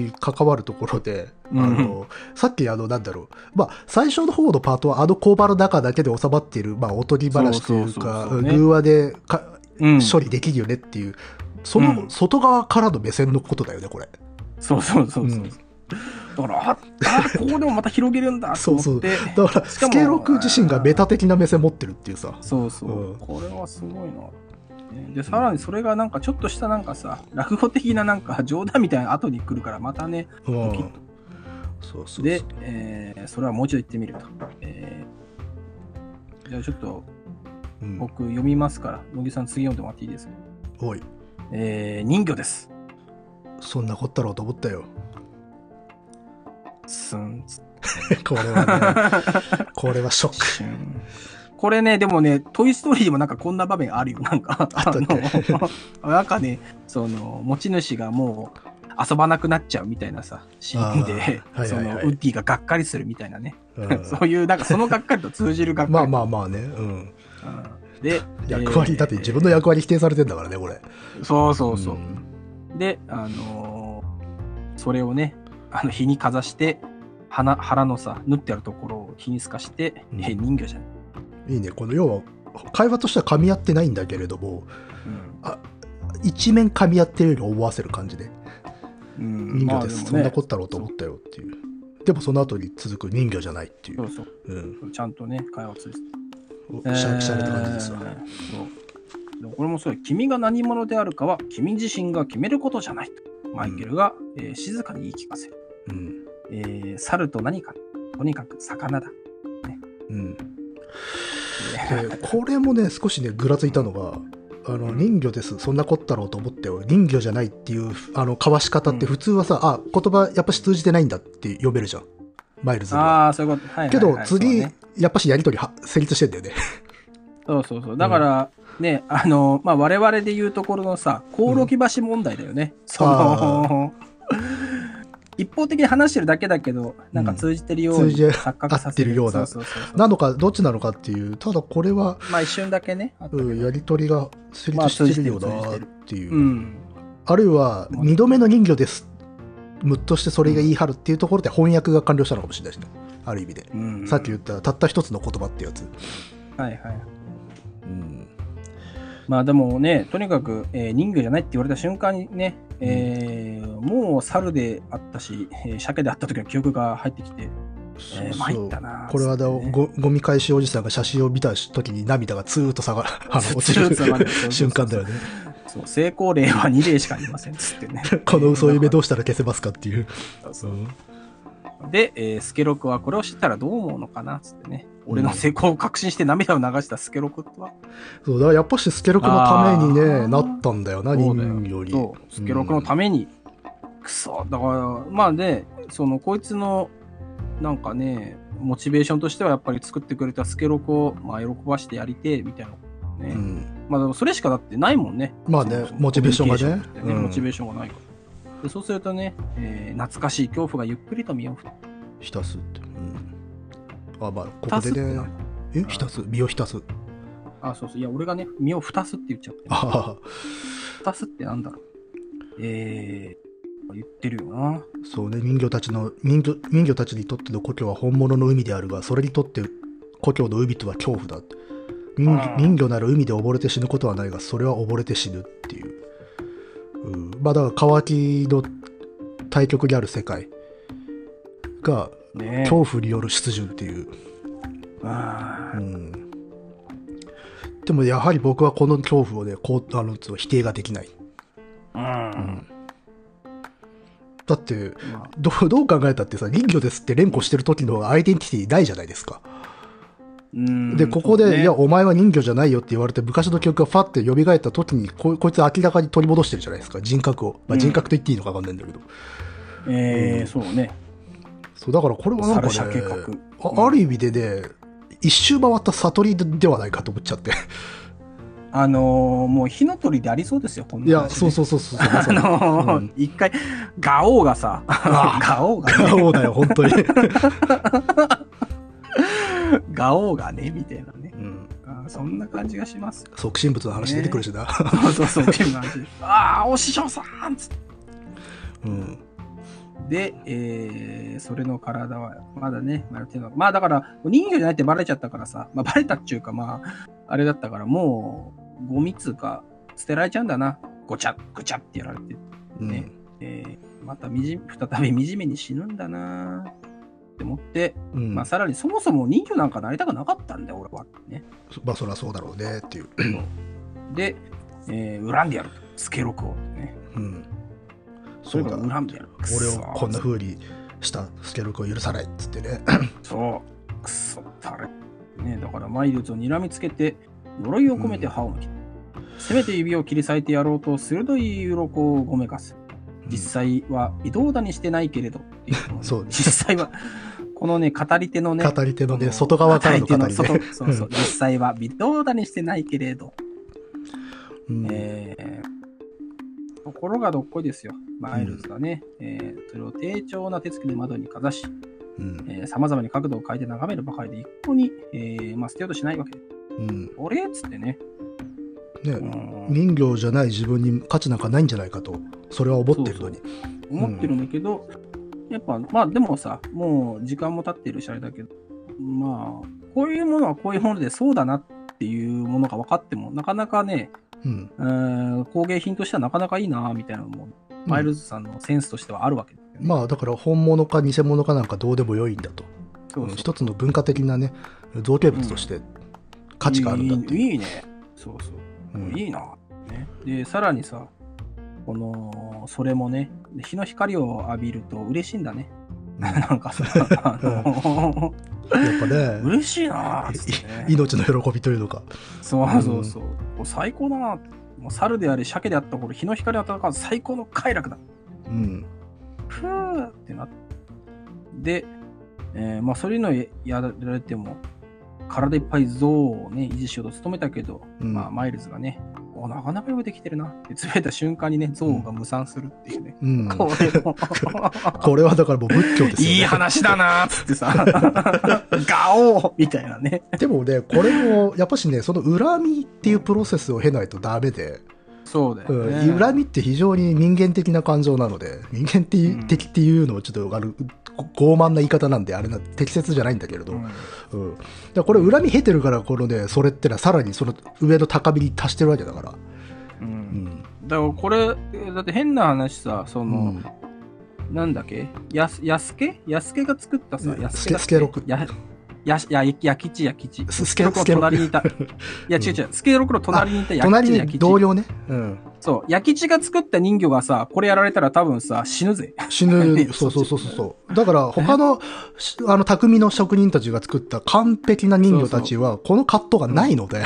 に関わるところで、うんあのさっきあのなんだろう、まあ、最初の方のパートはあの工場の中だけで収まっている、まあ、おとぎ話というかそうそうそうそうね偶話でかうん。処理できるよねっていうそのうん外側からの目線のことだよねこれ。そうそうそうそう。うんだから、あ、あここでもまた広げるんだと思って。 (laughs) そうだからしスかもケロク自身がメタ的な目線持ってるっていうさ。そうそう、うんこれはすごいな。ねで、さらにそれがなんかちょっとしたなんかさ、落語的ななんか冗談みたいな後に来るから、またね、うんドキッとそうそうそうで、えーそれはもう一度言ってみると。えーじゃあちょっとうん僕読みますから、乃木さん次読んでもらっていいですか。おいえー人魚です。そんなこったろうと思ったよ。 (laughs) スンスこれは (laughs) ね、これはショック。シュンこれね、でもね、トイ・ストーリーでもなんかこんな場面あるよ、なんか。あったっけあの (laughs) なんかね、その、持ち主がもう遊ばなくなっちゃうみたいなさ、シーンで、あーはいはいはいその、ウッディががっかりするみたいなね。うんそういう、なんかそのがっかりと通じるがっかり。まあまあまあね、うん、うんで、役割、えーだって自分の役割否定されてんだからねこれそうそうそう。んで、あのーそれをね、あの、火にかざして、鼻腹のさ、縫ってあるところを火に透かして、うんえー人魚じゃん。いいねこの要は会話としては噛み合ってないんだけれども一面噛み合ってるように思わせる感じでうん人ま魚あです、もねそんなこったろうと思ったよっていうでもその後に続く人魚じゃないっていそうう、そう。うん、ちゃんとね、会話を通じて。おしゃれしゃれって感じですわ、えーそうでもこれもそうよ君が何者であるかは、君自身が決めることじゃないと。マイケルが、えー静かに言い聞かせる。うんえー猿と何か、とにかく魚だ。うん、でえー (laughs) これもね少しねぐらついたのがあの人魚ですそんなこったろうと思ったよ人魚じゃないっていうあの交わし方って普通はさ、あ言葉やっぱし通じてないんだって読めるじゃんマイルズがああ、そういうこと。はいはいはいけど次、そうねやっぱしやりとりは成立してんだよね。そうそうそう。だから、ね、あの、まあ、我々で言うところのさ、コオロギ橋問題だよね。その、 (laughs) 一方的に話してるだけだけど、なんか通じてるよううんに通じて錯覚させ合ってるようなそうそうそうそうなのかどっちなのかっていうただこれは、まあ、一瞬だけね。あったけどうん、やりとりが成立してるよなっていう、うん。あるいはまあ2度目の人魚ですムッとしてそれが言い張るっていうところで翻訳が完了したのかもしれないしねある意味で、うん。さっき言ったたった一つの言葉ってやつ、はいはい。うんまあ、でもね、とにかく、えー人魚じゃないって言われた瞬間にね、えーもう猿であったし、えー鮭であった時の記憶が入ってきて、そうそう参ったなこれはだつってねごゴミ返しおじさんが写真を見た時に涙がツーッと下 (laughs) がるあの落ちツーッと (laughs) 下がるる瞬間だよねそう成功例は2例しかありませんっつってね (laughs) 。この嘘夢どうしたら消せますかっていう、うんで、えースケロクはこれを知ったらどう思うのかなっつってね。俺の成功を確信して涙を流したスケロクとは、そうだからやっぱしスケロクのためにあーねなったんだよなそ人うだよ魚よりそうスケロクのために、くそ、だから、まあで、その、こいつの、なんかね、モチベーションとしてはやっぱり作ってくれたスケロクを、まあ、喜ばしてやりてえみたいな、ねうんうんまあでもそれしかだってないもんね。まあねそもそもモチベーションがねコミュニケーションってねうんモチベーションがないから。でそうするとね、えー懐かしい恐怖がゆっくりと身を浸すって、うん、あまあここ浸すでってねなえ浸す身を浸すあ、そうそう。いや、俺がね、身を蓋すって言っちゃって。ああ蓋すってなんだろう。えー、言ってるよな。そうね人魚たちの人魚人魚たちにとっての故郷は本物の海であるがそれにとって故郷の海とは恐怖だ人うん人魚なら海で溺れて死ぬことはないがそれは溺れて死ぬっていう、うん、まあだから乾きの対極にある世界がねえ。恐怖による出順っていう、あうーん、でもやはり僕はこの恐怖をねこうあの否定ができない、うん。だってまあどう (laughs) どう考えたってさ人魚ですって連呼してる時のアイデンティティないじゃないですか、うんでここで、そうねいやお前は人魚じゃないよって言われて昔の記憶がファって蘇った時にここいつ明らかに取り戻してるじゃないですか人格を、うまあ、ん人格と言っていいのか分かんないんだけど、えうー、んそうね。そうだからこれはなん猿か車ね計画。あある意味でね一周回った悟りではないかと思っちゃってあのーもう火の鳥でありそうですよ、こんいな話やでそうそうそうそう (laughs) まあさにのーうん一回、ガオーがさ、(laughs) あガオーが、ね、そうだよ本当に、ガオーがね、みたいなねう。ん、あーそんな感じがし (laughs) ます。促進物の話出てくるしな、そうそう、っていう感じです。ああ、お師匠さんつってうんで、えーそれの体は、まだね、マルティーノまあだから、人魚じゃないってバレちゃったからさ、まあバレたっていうか、まあ、あれだったから、もう、ゴミっつうか、捨てられちゃうんだな。ごちゃ、ごちゃってやられて、うんねえーまたみじ、再び惨めに死ぬんだなって思って、うんまあさらにそもそも人魚なんかなりたくなかったんだよ、俺は。ね。まあそりゃそうだろうねっていう、で、えー恨んでやると。スケロクを。ね。うん、そそれうがだ恨んでやる。俺をこんな風にしたスケルクを許さないっつってねそう、くそったれ。ね、だから、マイルズを睨みつけて、呪いを込めて歯を抜き、せめて指を切り裂いてやろうと、鋭い鱗をごめかす。実際は微動だにしてないけれど、っていうこのね (laughs) そう実際は、このね、語り手のね、語り手のこね外側からの語りね手の外そうそう、実際は微動だにしてないけれど、うんえーところがどっこいですよ。マイルズがね、えーそれを丁重な手つきで窓にかざし、うんえー、様々に角度を変えて眺めるばかりで、一向に、えーまあ、捨てようとしないわけで、うん俺っつってね、うねん、人形じゃない自分に価値なんかないんじゃないかとそれは思ってるのに思ってるんだけど、やっぱ、まあでもさ、もう時間も経ってるし、あれだけど、まあ、こういうものはこういうもので、そうだなっていうものが分かっても、なかなかね、うんえー工芸品としてはなかなかいいな、みたいなのも、マイルズさんのセンスとしてはあるわけだよね、まあだから本物か偽物かなんかどうでもよいんだとそうそう一つの文化的なね造形物として価値があるんだっていいう、いいいね。そうそう。うんいいな、ね。で、さらにさ、この、それもね、日の光を浴びると嬉しいんだね。 (laughs) なんかさ、あの、やっぱ (laughs) ね嬉しいなっつってねい命の喜びというのかそうそうそう。もう最高だなもう猿であれ、鮭であった頃、日の光を当たるから最高の快楽だ。うんふーってなって。で、えーまあ、そういうのややられても、体いっぱい像をね、維持しようと努めたけど、うんまあ、マイルズがね、おなかなかよくできてるなって、つぶやいた瞬間にね、像が無産するっていうね。うんこれもこれはだからもう仏教 (laughs) ですよねいい話だなーっつって (laughs) さ、ガオーみたいなね。でもねこれもやっぱしねその恨みっていうプロセスを経ないとダメで、そうだよね。うん、恨みって非常に人間的な感情なので人間っていううん的っていうのはちょっとあのご傲慢な言い方なんであれな適切じゃないんだけれど、ううんんだからこれ恨み経てるからこのねそれってのはさらにその上の高みに達してるわけだから、ううんんだからこれ、だって変な話さ、そうの、んなんだっけやす、やすけやすけが作ったさ、うんやすけだっけスケロクや、や、や、やきちやきち。ススケロクの隣にいた。いや、うん違う違う。スケロクの隣にいたやき隣ちやにき同ち。僚ね、うん、そう、やきちが作った人魚がさ、これやられたら多分さ、死ぬぜ。死ぬ、ねそうそうそうそうそうだから他のしあの匠の職人たちが作った完璧な人魚たちはこの葛藤がないので、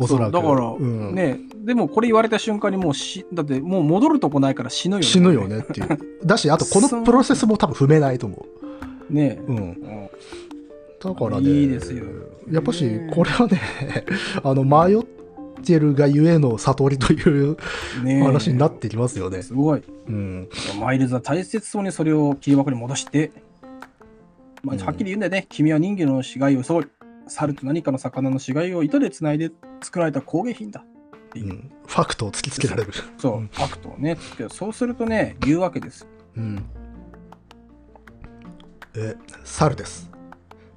おそらくうだから、うんね、でもこれ言われた瞬間にもう死、だってもう戻るとこないから死ぬよね。死ぬよ。ねっていう。だし、あとこのプロセスも多分踏めないと思ねう。うん。うんだからね。いいですよやっぱし、これはね、あの、迷ってるがゆえの悟りというね話になってきますよね。すごい。うん。マイルズは大切そうにそれを切り箱に戻して、まうんあ、はっきり言うんだよね、君は人魚の死骸をそう猿と何かの魚の死骸を糸でつないで作られた工芸品だ。うんファクトを突きつけられる。そう、うんファクトをね。けどそうするとね、言うわけです。うん。え、猿です。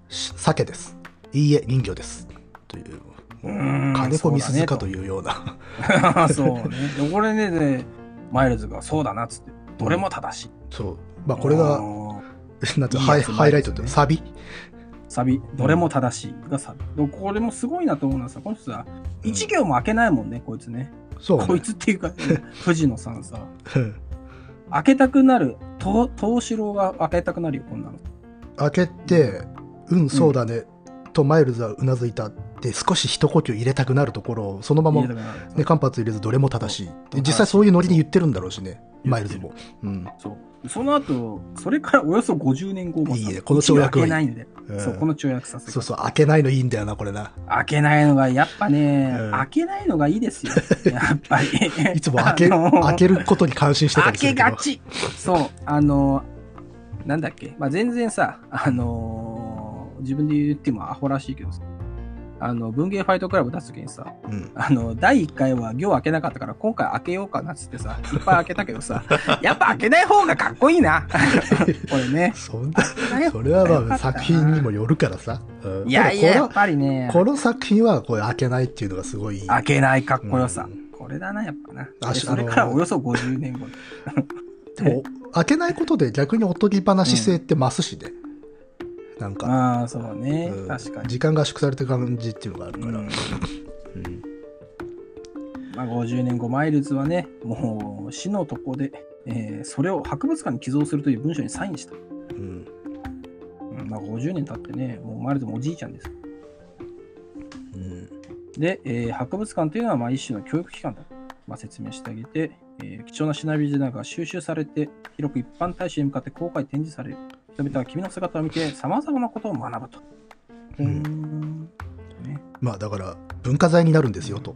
し鮭です。いいえ、人魚です。という。うーん金子みすずかそとういうような。 (laughs) だねと (laughs) そうね。でこれねでマイルズがそうだなっつって、どれも正しい。そう。まあ、これがあ、ー (laughs) なんていういいのハイやつハイライトってい前でうのすサビサビ、どれも正しいがサビ。でこれもすごいなと思うのはさ、この人さ、一行も開けないもんね、こいつね。そうね。こいつっていうか、 (laughs) 藤野さんさ。うん開けたくなると東四郎が開けたくなるよこんなの開けて、うん、そうだね、とマイルズはうなずいたって、少し一呼吸入れたくなるところを、そのまま、入れね、たくなる間髪入れず、どれも正しい。正しい実際そういうノリで言ってるんだろうしね。マイルズも。うん。そう。その後、それからおよそ50年後もさいいねこの跳躍はい口が開けいないんだよ。そう、この跳躍させそうそう、開けないのいいんだよな、これな。開けないのが、やっぱね、うん。開けないのがいいですよ。やっぱりいつも開け、あの開けることに感心してた開りするけけど。がち。そう、あの、なんだっけ、まあ、全然さ、あの自分で言ってもアホらしいけどさ、あの、文芸ファイトクラブ出すときにさ、うん。あの、第1回は行開けなかったから、今回開けようかなっつってさ、いっぱい開けたけど (laughs) さ、やっぱ開けない方がかっこいいな。 (laughs) これね。そんな、開けない方それ (laughs) はよまかあったな作品にもよるからさ。うんいやいや、たやだっぱりねこの、、この作品はこれ開けないっていうのがすごい。開けないかっこよさ。うんこれだな、やっぱな。あでしそれからおよそ50年後。でも、開けないことで逆におとぎ話性って増すしね。なんか、ああ、そうね、うん確かに。時間が圧縮されてる感じっていうのがあるから。うんうんまあ、50年後、マイルズはね、もう死のとこで、えーそれを博物館に寄贈するという文書にサインした。うんうんまあ、50年経ってね、もうマイルズもおじいちゃんです。うんで、えー博物館というのはまあ一種の教育機関だと、まあ、説明してあげて、えー貴重なシナリオなが収集されて、広く一般大衆に向かって公開展示される。人々は君の姿を見て、さまざまなことを学ぶと。うんうーんね、まあだから文化財になるんですよと。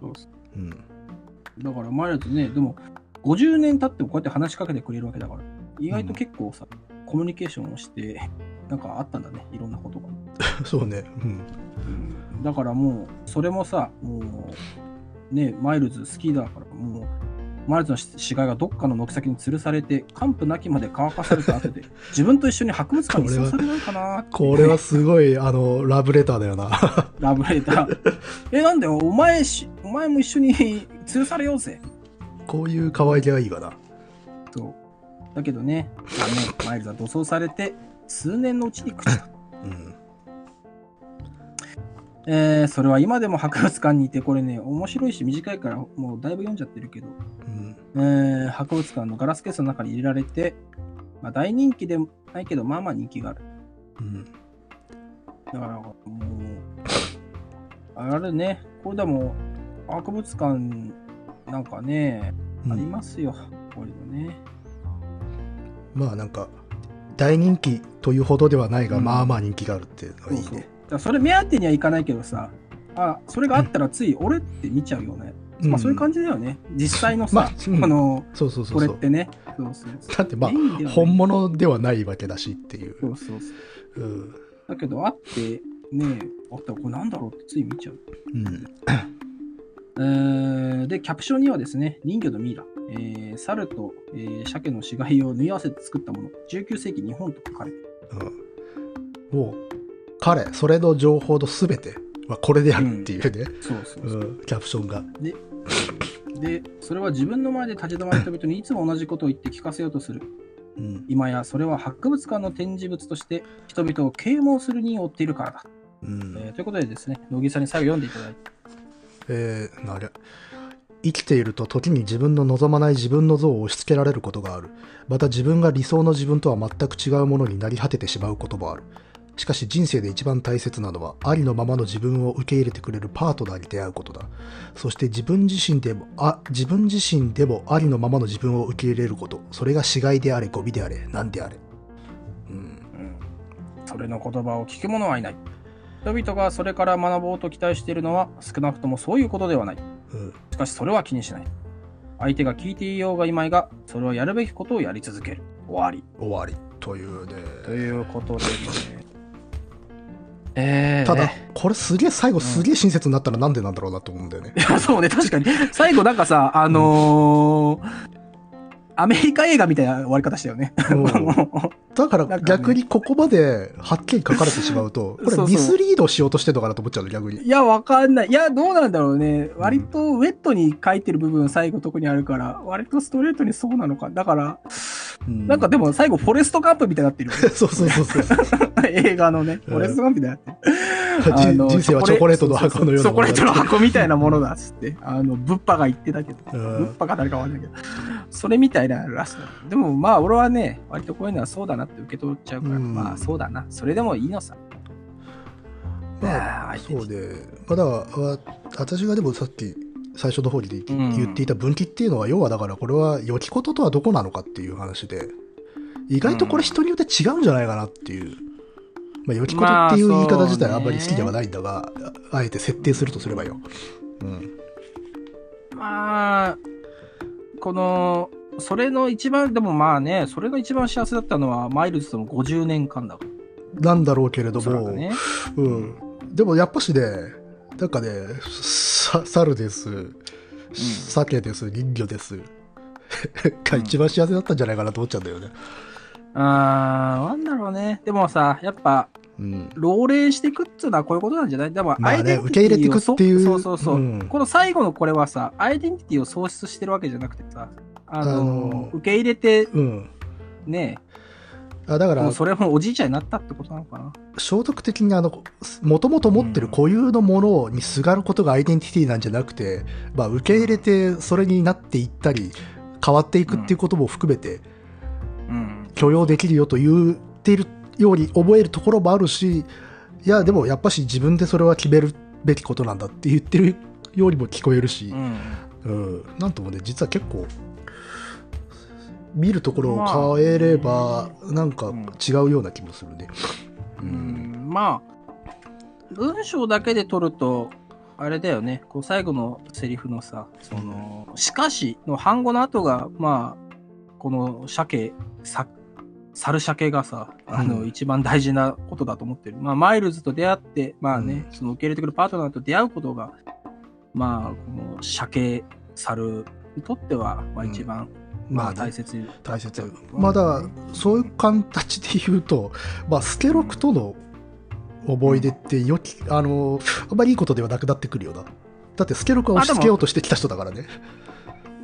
そうですうん (laughs) だからマイルズね、でも50年経ってもこうやって話しかけてくれるわけだから、意外と結構さ、コミュニケーションをして、なんかあったんだね、いろんなことが。そうね。うんだからもう、それもさ、もう、ね、マイルズ好きだから、もう、マイルズの死骸がどっかの軒先に吊るされて、完膚なきまで乾かされた後 (laughs) で、自分と一緒に博物館に移送されないかなってこれはすごいあのラブレターだよな。 (laughs) ラブレター。え、なんだよ、お前し、お前も一緒に吊るされようぜ。こういう可愛げはいいわな。そう。だけどね、あのねマイルズは土葬されて、数年のうちに朽ち (laughs) た。うんえー、それは今でも博物館にいて、これね、面白いし短いから、もうだいぶ読んじゃってるけど、うんえー博物館のガラスケースの中に入れられて、まあ、大人気でもないけど、まあまあ人気がある。うんだから、もう、あれね、これでも、博物館なんかね、うありんますよ、こういうのね。まあなんか大人気というほどではないが、うんまあまあ人気があるっていうのがいいそうそうだねか。らそれ目当てにはいかないけどさ、あ、それがあったらつい俺って見ちゃうよね。まあそういう感じ。じだよね。実際のさ、まあうんこの、そうそうそこうれっそう。てね。そうそうそうだってまあメインではない本物ではないわけだしっていう。そうそうそう。うんだけど、あって、ねあったらこれなんだろうってつい見ちゃう。うんえーで、キャプションにはですね、人魚のミイラ、えー猿と、えー鮭の死骸を縫い合わせて作ったもの、19世紀日本と書かれてる。うんもう彼それの情報の全てはこれであるっていうね、そうそううそんう。キャプションが。で、それは自分の前で立ち止まる人々にいつも同じことを言って聞かせようとする。うん今やそれは博物館の展示物として人々を啓蒙する任を負っているからだ。うんえーということでですね、野木さんに最後読んでいただいて。えー、あれ生きていると時に自分の望まない自分の像を押し付けられることがあるまた自分が理想の自分とは全く違うものになり果ててしまうこともあるしかし人生で一番大切なのはありのままの自分を受け入れてくれるパートナーに出会うことだそして自分自身でもあ自分自身でもありのままの自分を受け入れることそれが死骸であれゴミであれ何であれうんうんそれの言葉を聞く者はいない。人々がそれから学ぼうと期待しているのは少なくともそういうことではない。うんしかしそれは気にしない。相手が聞いていようがいまいが、それはやるべきことをやり続ける。終わり。終わりというねということでね。えー、ただこれすげえ最後すげえ親切になったらなんでなんだろうなと思うんだよねいや (laughs) そうね、確かに。最後なんかさ、あのーアメリカ映画みたいな終わり方したよね。 (laughs) (laughs) だかならんかね逆にここまではっきり書かれてしまうと、これ (laughs) そうそうミスリードしようとしてるのかなと思っちゃうの、逆に。いや、わかんない。いや、どうなんだろうね。割とウェットに書いてる部分、最後特にあるから、割とストレートにそうなのか。だから、なんかでも最後、フォレストガンプみたいになってるよね (laughs) うん、 (laughs) そうそうそうそう。映画のね、フォレストガンプみたいになってる。あ人の人生はチョコレートの箱のようなそうそうそうチョコレートの箱。箱みたいなものだっつっ (laughs) て、あの、ブッパが言ってたけど、うブんッパが誰かわかんないけど、それみたいなラスト。でもまあ、俺はね、割とこういうのはそうだなって受け取っちゃうから、うんまあそうだな。それでもいいのさ。まあ、あー (laughs) そうで、まあだから、わ私がでもさっき最初の方にでうん言っていた分岐っていうのは、要はだからこれは良きこととはどこなのかっていう話で、意外とこれ人によって違うんじゃないかなっていう。まあ、良きことっていう言い方自体まあそあんうまねり好きではないんだが、ああえて設定するとすればよ。うん。まあ、この、それの一番、でもまあね、それの一番幸せだったのは、マイルズとの50年間だから。なんだろうけれどおそらも、くね。うん。でもやっぱしね、なんかね、さ猿です、鮭です、人魚です、が一番幸せだったんじゃないかなと思っちゃうんだよね。あー、なんだろうね。でもさ、やっぱ、うん。老齢していくっつうのはこういうことなんじゃないでも、まあねアイデンティティを受け入れていくっていうそうそうそう。うんこの最後のこれはさ、アイデンティティを喪失してるわけじゃなくてさ、あの、あの受け入れて、うん。ね、あだもからう、それもおじいちゃんになったってことなのかな。聖徳的にあの、もともと持ってる固有のものにすがることがアイデンティティなんじゃなくて、まあ、受け入れてそれになっていったり、変わっていくっていうことも含めて、うん。許容できるよと言っているように覚えるところもあるしいやでもやっぱし自分でそれは決めるべきことなんだって言ってるようにも聞こえるしう、ん。うんなんともね実は結構見るところを変えればなんか違うような気もするね。う、ん、まあ文章だけで取るとあれだよねこう最後のセリフのさ「そのしかし」の半語の後がまあこの鮭さ猿鮭がさあの、うん一番大事なことだと思ってる、まあ、マイルズと出会ってまあね、うその受け入れてくるパートナーと出会うことがまあこの鮭猿にとっては、まあ、一番、ままああ、大ね、切に大切まだそういう形で言うと、まあ、スケロクとの思い出ってよき、あのあんまりいいことではなくなってくるよなだってスケロクは押し付けようとしてきた人だからねだか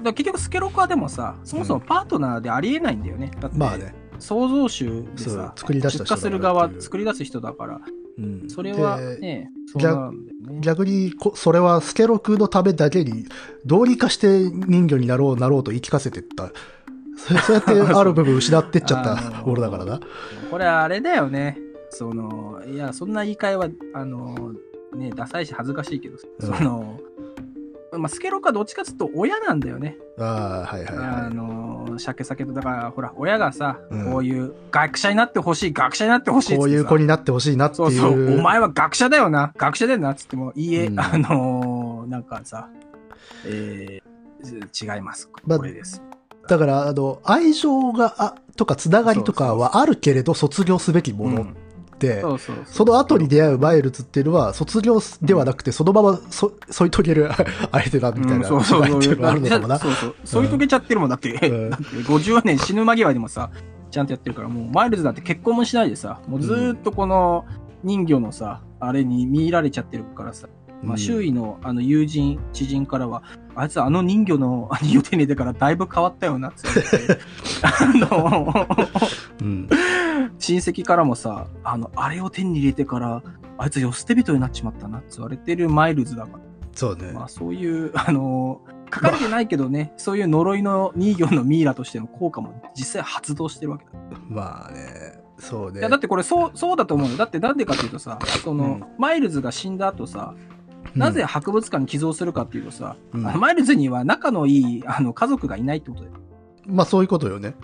ら結局スケロクはでもさそもそもパートナーでありえないんだよね、だってまあね創造主でそうさ作り出し出た荷するだから側っていう作り出す人だからうんそれはでねそうなんだよね逆にこそれはスケロクのためだけにどうにかして人魚になろうなろうと言い聞かせてったそそ (laughs) うやってある部分失ってっちゃあったのものだからなこれあれだよねそのいやそんな言い換えはあのねダサいし恥ずかしいけど、うんそのまあ、スケロクはどっちかっていうと親なんだよね。ああはいはいあはの、鮭酒と、だから、ほら、親がさ、うんこういう学者になってほしい、学者になってほしいいっつこっうていうさ子になってほしいなっていそううそう、お前は学者だよな、学者だよなっつっても、いいえ、うんあのーなんかさ、えー、違います、まあこれです。だからあの愛情があとかつながりとかはあるけれど卒業すべきもうのんって、そうそうそうその後に出会うマイルズっていうのは卒業ではなくてそのままそ添い遂げる相手だみたいなうんそう違いそうってそいううのがあるのかもな。そうそう添い遂げちゃってるもんだって,、うんだって50年死ぬ間際でもさちゃんとやってるからもうマイルズだって結婚もしないでさもうずーっとこの人魚のさあれに見入られちゃってるからさまあ、周囲のあの友人、知人からは、あいつあの人魚の人魚手に入れてからだいぶ変わったよなって言われてあの、うん親戚からもさ、あの、あれを手に入れてから、あいつ寄捨て人になっちまったなって言われてるマイルズだかそうねら、まあそういう、 (laughs) あの、書かれてないけどね、そういう呪いの人魚のミイラとしての効果も実際発動してるわけだ。まあね、そうね。いやだってこれそう、そうだと思うよ。だってなんでかっていうとさ、その、うんマイルズが死んだ後さ、なぜ博物館に寄贈するかっていうとさ、うん、あのマイルズには仲のいいあの家族がいないってことだよ。まあそういうことよね。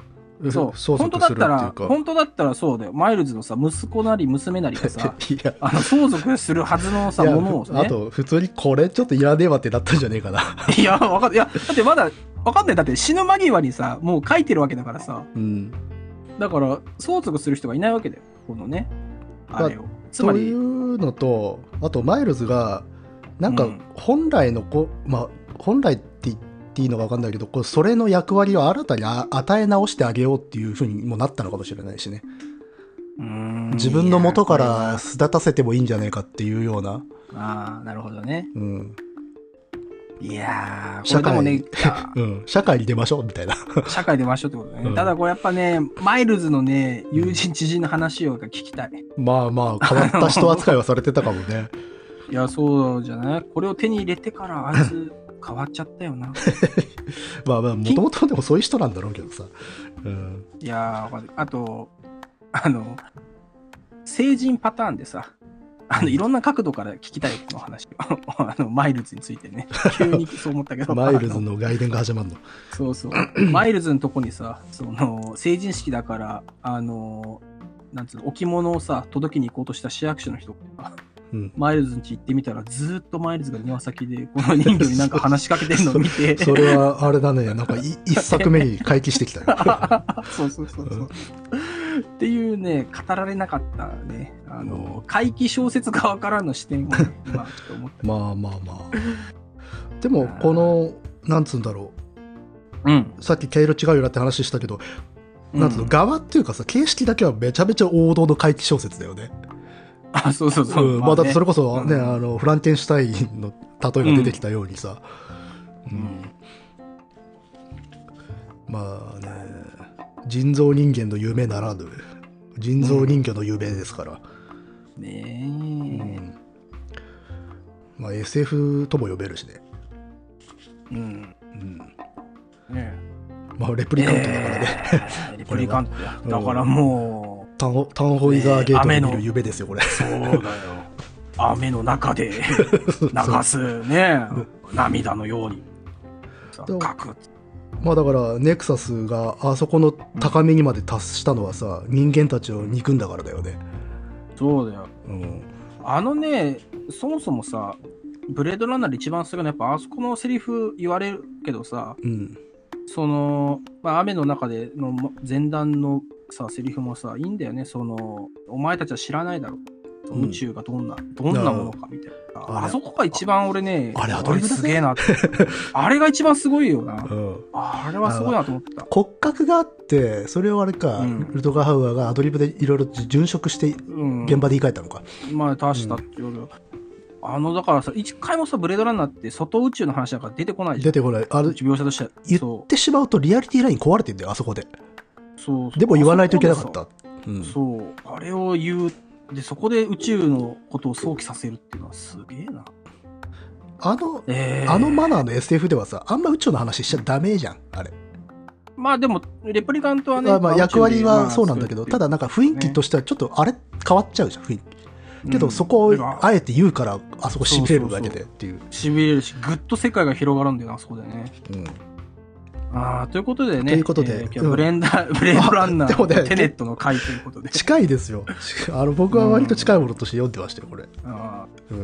そう。相本当続だっするたっていらう、か。、本当だったらそうだよ。マイルズのさ、息子なり娘なりがさ (laughs) いや、あの相続するはずのさ、いやものをあね。と、普通にこれちょっといらねえわってなったんじゃねえかな。いや、わかんいや、だってまだ、わかんない。だって死ぬ間際にさ、もう書いてるわけだからさ、うん。だから相続する人がいないわけだよ。このね、あれを。つまとり、いううのと、あと、マイルズが、なんうかん、本来のこ、まあ、本来って言っていいのか分かんないけど、こうそれの役割を新たにあ与え直してあげようっていうふうにもなったのかもしれないしね。ーん自分の元か。らい巣立たせてもいいんじゃねえかっていうような。やああ、なるほどね。うん。いやー、社これ会でもね、い (laughs) やうん。社会に出ましょうみたいな。 (laughs) 社会でましょうってことだね。うんただこれやっぱね、マイルズのね、友人知人の話を聞きたい。まあまあ、変わった人扱いはされてたかも (laughs) ね。いや、そうじゃないこれを手に入れてからあい (laughs) つ変わっちゃったよな。まあまあ、もともとでもそういう人なんだろうけどさ。うん。いやーわかる、あと、あの、成人パターンでさ、あのいろんな角度から聞きたいこの話 (laughs) あのマイルズについて (laughs) ね急にそう思ったけどマイルズあのの外伝が始まるの。そうそうマイルズのとこにさその成人式だからあのなんつうの置物をさ届けに行こうとした市役所の人がうん。マイルズん家行ってみたらずーっとマイルズが庭先でこの人魚になんか話しかけてるのを見てそれはあれだね、なんかい一作目に回帰してきた (laughs) よ。 (laughs) そうそうそうそう。っていうね、語られなかったね、あの、怪奇小説側からの視 (laughs) 点を、ね、まあ、ちょっと思った。まあまあまあ。でも、この、なんつうんだろうん。う、さっき毛色違うよなって話したけど、なんつうの、うん側っていうかさ、形式だけはめちゃめちゃ王道の怪奇小説だよね。 (laughs) あ、そうそうそう。うん、まあだってそれここそね、うんあのフランケンシュタインの例えが出てきたようにさ、ううんん。まあね人造人間の夢ならぬ人造人魚の夢ですから、うんねまあ、SF とも呼べるしね、え。うん。うん、ねまあレプえリカントだからね、ね。え (laughs) ーレプリカントだ。だからもタンタンホイザーゲートねで雨見のる夢ですよこれう、 (laughs) そうだよ。雨の中で流 (laughs) すね、涙のように。さでも書く。まあだからネクサスがあそこの高みにまで達したのはさ人間たちを憎んだからだよね、そうだよ。うん、あのね、そもそもさ、ブレードランナーで一番すごいのは、やっぱあそこのセリフ言われるけどさ、うん、その、まあ、雨の中でのま前段のさ、セリフもさ、いいんだよね、その、お前たちは知らないだろう。うん宇宙がどんな、どんなものかみたいな。ああれそこが一番俺ね、あれアドリブだねすげえな (laughs) って。あれが一番すごいよな。うんあれはすごいなと思った。骨格があってそれをあれか、うんルトガーハウアーがアドリブでいろいろ殉職してうん。現場で言い換えたのか、まあ、足したっていうよりはあの、だからさ、一回もさ、ブレードランナーって外宇宙の話なんか出てこないじゃ出ん。てこないあれ描写としては。言そうってしまうとリアリティライン壊れてんだよあそこでそうそうでも言わないといけなかっあたうんそこでさそうあれを言うでそこで宇宙のことを想起させるっていうのはすげえな、あのえーあのマナーの SF ではさあんま宇宙の話しちゃダメじゃんあれ、まあでもレプリカントはねあまあ、役割はそうなんだけど、ただだなんか雰囲気としてはちょっとあれ変わっちゃうじゃん雰囲気けどそこをあえて言うからあそこしびれるだけでっていうしびれるしぐっと世界が広がるんだよなあそこでねうんああということでねということでえー今日うはんブレンダー、 (laughs) ブレードランナ (laughs) あでもー、ねテネットの回ということで近いで (laughs) すよあの僕は割と近いものとして読んでましたよこれあうんー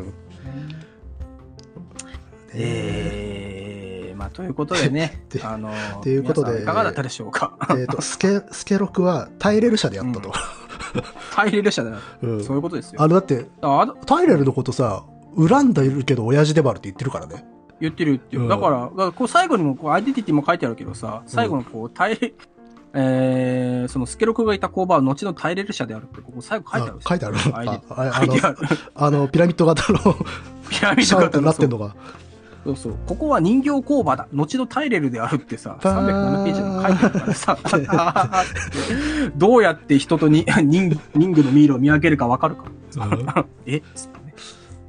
えーまあということでね (laughs) であのーということ皆さでんいかがだったでしょうか (laughs) えっとスケスケロクはタイレル社でやったと、大変でしたねうんそういうことですよあれだってああタイレルのことさ恨んだいるけど親父でもあるって言ってるからね言ってるっていうう。んだから、だからこう最後にもこうアイデンティティも書いてあるけどさ、最後のこう、大、 (laughs) えー、そのスケロクがいた工場は後のタイレル社であるって、ここ最後書いてあるんですよ書いてあるアイデンティあああ書いて (laughs) あのる。あのピラミッド型の (laughs) ピラミシッャドー型プになってんの。のがそうそう。ここは人形工場だ。後のタイレルであるってさ、パ307ーページにも書いてあるからさ、 (laughs) どうやって人とに (laughs) 人人魚のミイラを見分けるかわかるか。えっつってね。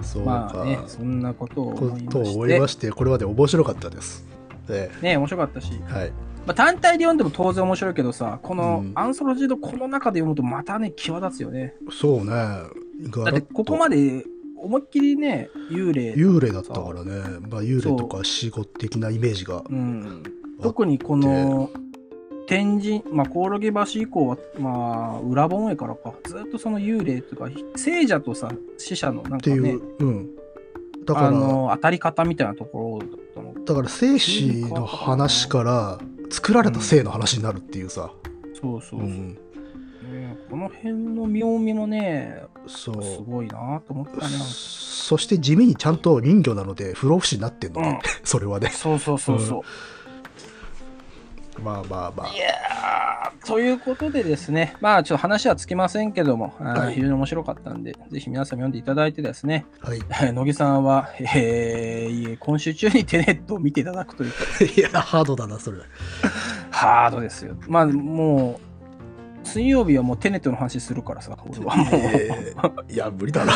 そ (laughs) うまあねか、そんなことをこ思いまとをし思いまて。してこれまで面白かったですえね面白かったし。えはいまあ、単体で読んでも当然面白いけどさ、このうんアンソロジーのこの中で読むとまたね、際立つよね。そうねだガっラてッとここまで思いっきりね、幽霊。幽霊だったからね、まあ、幽霊とか死後的なイメージがうん。特にこの天神、まあ、コオロギ橋以降は、まあ、裏本絵からか、ずっとその幽霊とか、聖者とさ、死者のなんってかいう、ね、うんだから、あの、当たり方みたいなところだったの。だから生死の話から作られた生の話になるっていうさ、そうそうそうう、んねこの辺の妙味もね、そすうごいなと思ったね。そして地味にちゃんと人魚なので不老不死になってんのね、 (laughs) それはねそうそうそうそう。まあまあまあいやーということでですね、まあちょっと話はつきませんけども、あーはい非常に面白かったんで、ぜひ皆さん読んでいただいてですね、 (laughs) はいい乃木さんは、えーいえ今週中にテネットを見ていただくという、やハードだなそれハードですよ。まあもう、水曜日はもうテネットの話するからさ、俺はもう、 (laughs) えーいや無理だな、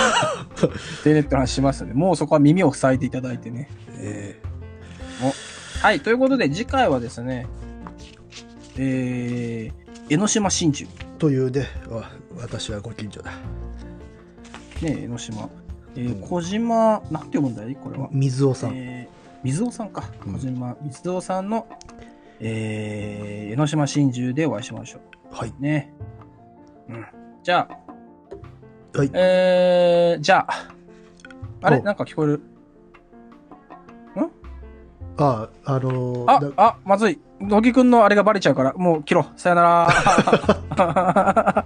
テネットの話しますので、もうそこは耳を塞いでいただいてね。えはい、ということで次回はですね、えー江ノ島真珠。ーというねわ私はご近所だね、江ノ島。えーうん小島、なんて読むんだいこれは。水尾さん、えー水尾さんか。うん小島水尾さんの、えー江ノ島真珠でお会いしましょ。はいうね。うん。じゃあ、はいえー、じゃあ、あれおなんか聞こえるああのーあだ、あ、まずい。乃木くんのあれがバレちゃうから、もう切ろう。さよな (laughs) ら。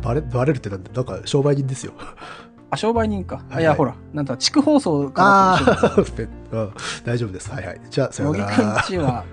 バレバレるってなんだなんか商売人ですよあ、商売人か。あいはや、いほら、なんだ、地区放送かなと思って (laughs) ああ大丈夫ですはいはいじゃあさよう乃な木くんらちは